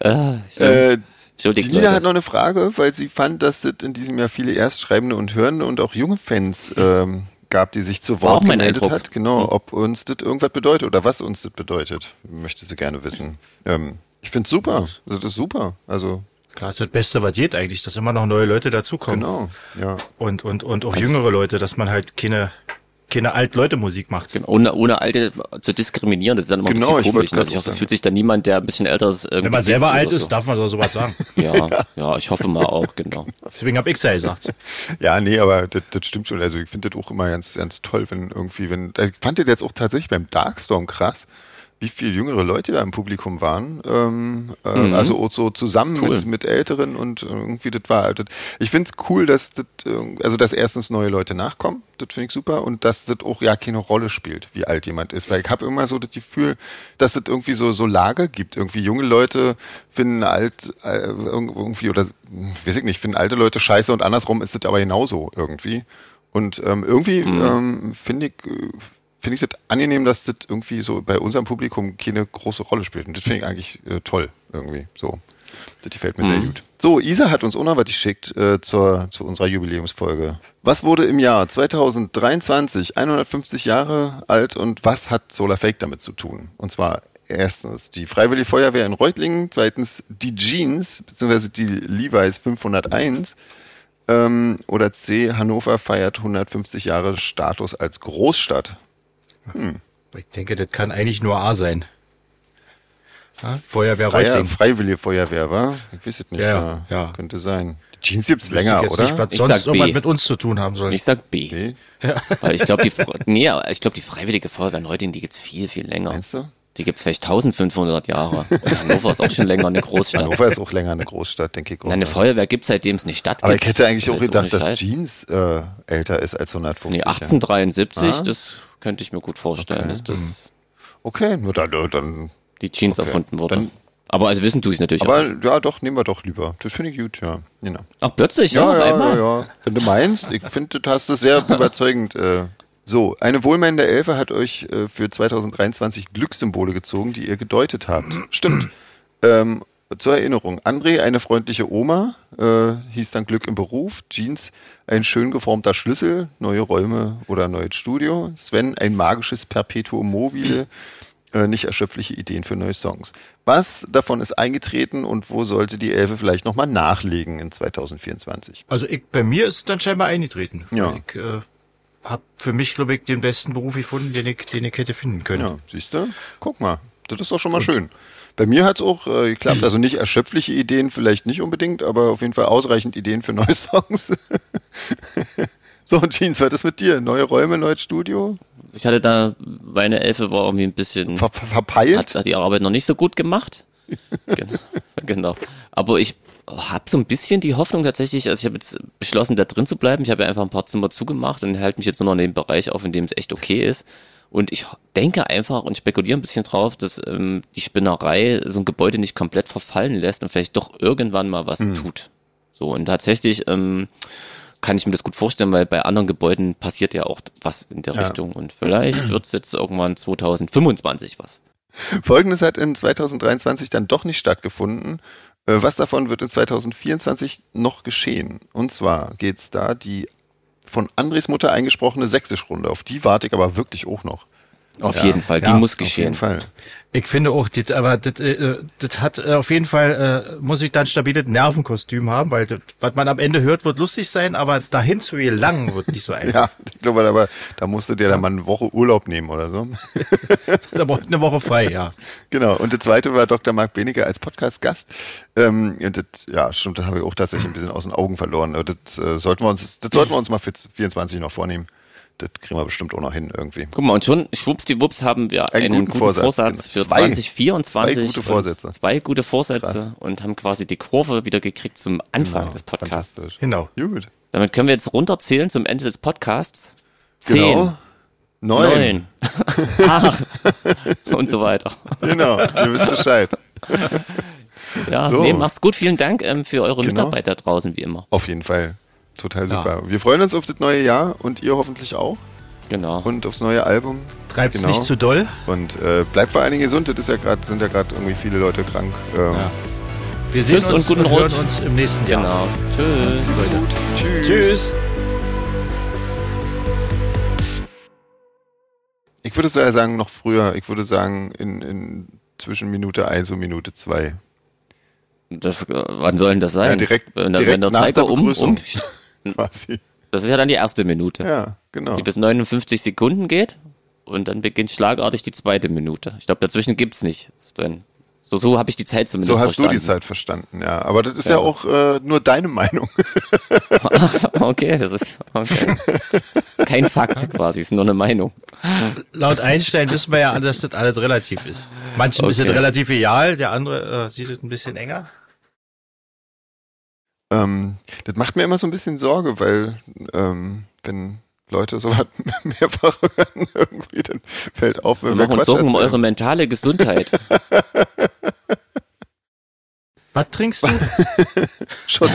Äh, Äh, Entschuldigt, die Nina Leute. hat noch eine Frage, weil sie fand, dass es in diesem Jahr viele Erstschreibende und Hörende und auch junge Fans ähm, gab, die sich zu Wort auch mein gemeldet Eindruck. Mhm. hat. Genau, ob uns das irgendwas bedeutet oder was uns das bedeutet, möchte sie gerne wissen. Ähm, ich finde super, also das ist super. Also Klar, das ist das Beste, was geht eigentlich, dass immer noch neue Leute dazukommen. genau, ja. Und, und, und auch jüngere Leute, dass man halt keine, keine Alt-Leute-Musik macht. Genau, ohne, ohne Alte zu diskriminieren, das ist dann immer Genau, ein ich bisschen wollte komisch. Ne? gerade Ich hoffe, es sagen. fühlt sich dann niemand, der ein bisschen älter ist. äh, Wenn man selber alt ist, darf man doch sowas sagen. Ja, ja, ich hoffe mal auch, genau. Deswegen hab ich's ja gesagt. Ja, nee, aber das, das stimmt schon. Also ich finde das auch immer ganz, ganz toll, wenn irgendwie, wenn. Ich fand das jetzt auch tatsächlich beim Darkstorm krass, wie viel jüngere Leute da im Publikum waren. Ähm, äh, Also auch so zusammen Cool. mit, mit Älteren und irgendwie das war. halt Das, ich finde es cool, dass das, äh, also dass erstens neue Leute nachkommen, das finde ich super, und dass das auch ja keine Rolle spielt, wie alt jemand ist. Weil ich habe immer so das Gefühl, dass das irgendwie so, so Lager gibt. Irgendwie junge Leute finden alt äh, irg- irgendwie oder hm, weiß ich nicht, finden alte Leute scheiße und andersrum ist das aber genauso irgendwie. Und ähm, irgendwie ähm, finde ich, äh, finde ich das angenehm, dass das irgendwie so bei unserem Publikum keine große Rolle spielt. Und das finde ich eigentlich äh, toll irgendwie. So, das gefällt mir sehr gut. So, Isa hat uns auch noch was geschickt äh, zur, zu unserer Jubiläumsfolge. Was wurde im Jahr 2023 150 Jahre alt und was hat Solar Fake damit zu tun? Und zwar erstens die Freiwillige Feuerwehr in Reutlingen, zweitens die Jeans bzw. die Levi's 501 ähm, oder C. Hannover feiert 150 Jahre Status als Großstadt. Ich denke, das kann eigentlich nur A sein. Ja? Feuerwehr Freier, Reutlingen. Freiwillige Feuerwehr, war? Ich weiß es nicht. Ja, ja. Könnte sein. Die Jeans gibt's länger, jetzt oder? nicht, was Ich sonst sag B. irgendwas mit uns zu tun haben soll. Ich sag B. nee, Weil ich glaube, die, Fre- nee, aber ich glaub, die freiwillige Feuerwehr in Reutlingen, die gibt's viel, viel länger. meinst du? Die gibt's vielleicht 1500 Jahre. Und Hannover ist auch schon länger eine Großstadt. Hannover ist auch länger eine Großstadt, denke ich. auch. ne? Nein, eine Feuerwehr gibt's seitdem es eine Stadt Aber gibt. ich hätte eigentlich Das auch ist halt jetzt gedacht, ohne dass Scheiß. Jeans äh, älter ist als 150. Nee, Jahre. 1873, Ah. Hm. das könnte ich mir gut vorstellen, dass das Okay, nur dann, äh, dann. die Jeans erfunden wurde. dann- aber also wissen tue ich natürlich Aber auch. ja, doch, nehmen wir doch lieber. Das finde ich gut, ja. Genau. Ach, plötzlich, ja, Ja, auf ja, einmal. ja, ja. Wenn du meinst, ich finde, du hast es sehr überzeugend. Äh. So, eine wohlmeinende Elfe hat euch äh, für 2023 Glückssymbole gezogen, die ihr gedeutet habt. Stimmt. Ähm, zur Erinnerung, André, eine freundliche Oma, äh, hieß dann Glück im Beruf, Jeans, ein schön geformter Schlüssel, neue Räume oder neues Studio, Sven, ein magisches Perpetuum mobile, äh, nicht erschöpfliche Ideen für neue Songs. Was davon ist eingetreten und wo sollte die Elfe vielleicht nochmal nachlegen in 2024? Also ich, bei mir ist es dann scheinbar eingetreten. Ja. Ich äh, habe für mich, glaube ich, den besten Beruf gefunden, den ich, den ich hätte finden können. Ja, siehst du? Guck mal. Das ist doch schon mal schön. Bei mir hat's auch äh, geklappt. Also nicht erschöpfliche Ideen, vielleicht nicht unbedingt, aber auf jeden Fall ausreichend Ideen für neue Songs. so, und Jeans, was ist mit dir? Neue Räume, neues Studio? Ich hatte da, meine Elfe war irgendwie ein bisschen, Ver ver verpeilt? hat, hat ihre Arbeit noch nicht so gut gemacht. Gen- genau. Aber ich habe so ein bisschen die Hoffnung tatsächlich, also ich habe jetzt beschlossen, da drin zu bleiben. Ich habe ja einfach ein paar Zimmer zugemacht und halte mich jetzt nur noch in dem Bereich auf, in dem es echt okay ist. Und ich denke einfach und spekuliere ein bisschen drauf, dass ähm, die Spinnerei so ein Gebäude nicht komplett verfallen lässt und vielleicht doch irgendwann mal was tut. So, und tatsächlich ähm, kann ich mir das gut vorstellen, weil bei anderen Gebäuden passiert ja auch was in der Richtung. Und vielleicht wird es jetzt irgendwann 2025 was. Folgendes hat in 2023 dann doch nicht stattgefunden. Äh, Was davon wird in 2024 noch geschehen? Und zwar geht's da die von Andres Mutter eingesprochene Sächsisch-Runde. Auf die warte ich aber wirklich auch noch. Auf jeden Fall, die ja, muss Auf jeden geschehen. Fall. Ich finde auch, das, aber das, äh, das hat äh, auf jeden Fall, äh, muss ich da ein stabiles Nervenkostüm haben, weil das, was man am Ende hört, wird lustig sein, aber dahin zu gelangen wird nicht so einfach. Ja, ich glaube, aber da musste dir dann mal eine Woche Urlaub nehmen oder so. Da braucht eine Woche frei, ja. genau. Und der zweite war Dr. Marc Benecke als Podcast-Gast. Ähm, und das, ja, stimmt, das habe ich auch tatsächlich ein bisschen aus den Augen verloren. Aber Das, äh, sollten wir uns, das sollten wir uns mal für 24 noch vornehmen. Das kriegen wir bestimmt auch noch hin irgendwie. Guck mal, und schon schwuppsdiwupps haben wir Einen einen, guten guten, Vorsatz, Vorsatz, genau. für Zwei. 2024. Zwei gute und Vorsätze. Zwei gute Vorsätze und haben quasi die Kurve wieder gekriegt zum Anfang des Podcasts. Fantastisch. Genau. Gut. Damit können wir jetzt runterzählen zum Ende des Podcasts. Zehn, Genau. Neun. neun, acht und so weiter. Genau. Ihr wisst Bescheid. Ja, So. nee, macht's gut. Vielen Dank ähm, für eure Genau. Mitarbeiter draußen, wie immer. Auf jeden Fall. Total super. Wir freuen uns auf das neue Jahr und ihr hoffentlich auch. Genau. Und aufs neue Album. Treib's Genau. nicht zu doll. Und äh, bleibt vor allen Dingen gesund. Das ist ja gerade, sind ja gerade irgendwie viele Leute krank. Ähm, Ja. Wir sehen Tschüss und uns guten und hören Rutsch. uns im nächsten Jahr. genau. Tschüss. Leute. Tschüss. Tschüss. Ich würde sogar sagen, noch früher. Ich würde sagen, in, in zwischen Minute 1 und Minute 2. Das, äh, wann soll denn das sein? Ja, direkt- wenn, direkt wenn der nach Zeiger der um, Begrüßung. um. Quasi. Das ist ja dann die erste Minute. Ja, Genau. die bis 59 Sekunden geht und dann beginnt schlagartig die zweite Minute. Ich glaube, dazwischen gibt's nicht. Ist dann- So, so habe ich die Zeit zumindest So hast du die verstanden. Zeit verstanden, ja. Aber das ist ja, auch äh, nur deine Meinung. okay, das ist okay. kein Fakt quasi, ist nur eine Meinung. Laut Einstein wissen wir ja, dass das alles relativ ist. Manchen ist es Okay. relativ ideal, der andere äh, sieht es ein bisschen enger. ähm, das macht mir immer so ein bisschen Sorge, weil ähm, wenn Leute sowas mehrfach hören, irgendwie, dann fällt auf, Wir wenn wir machen uns Quatsch Sorgen um erzählen. eure mentale Gesundheit. Was trinkst du? Schuss.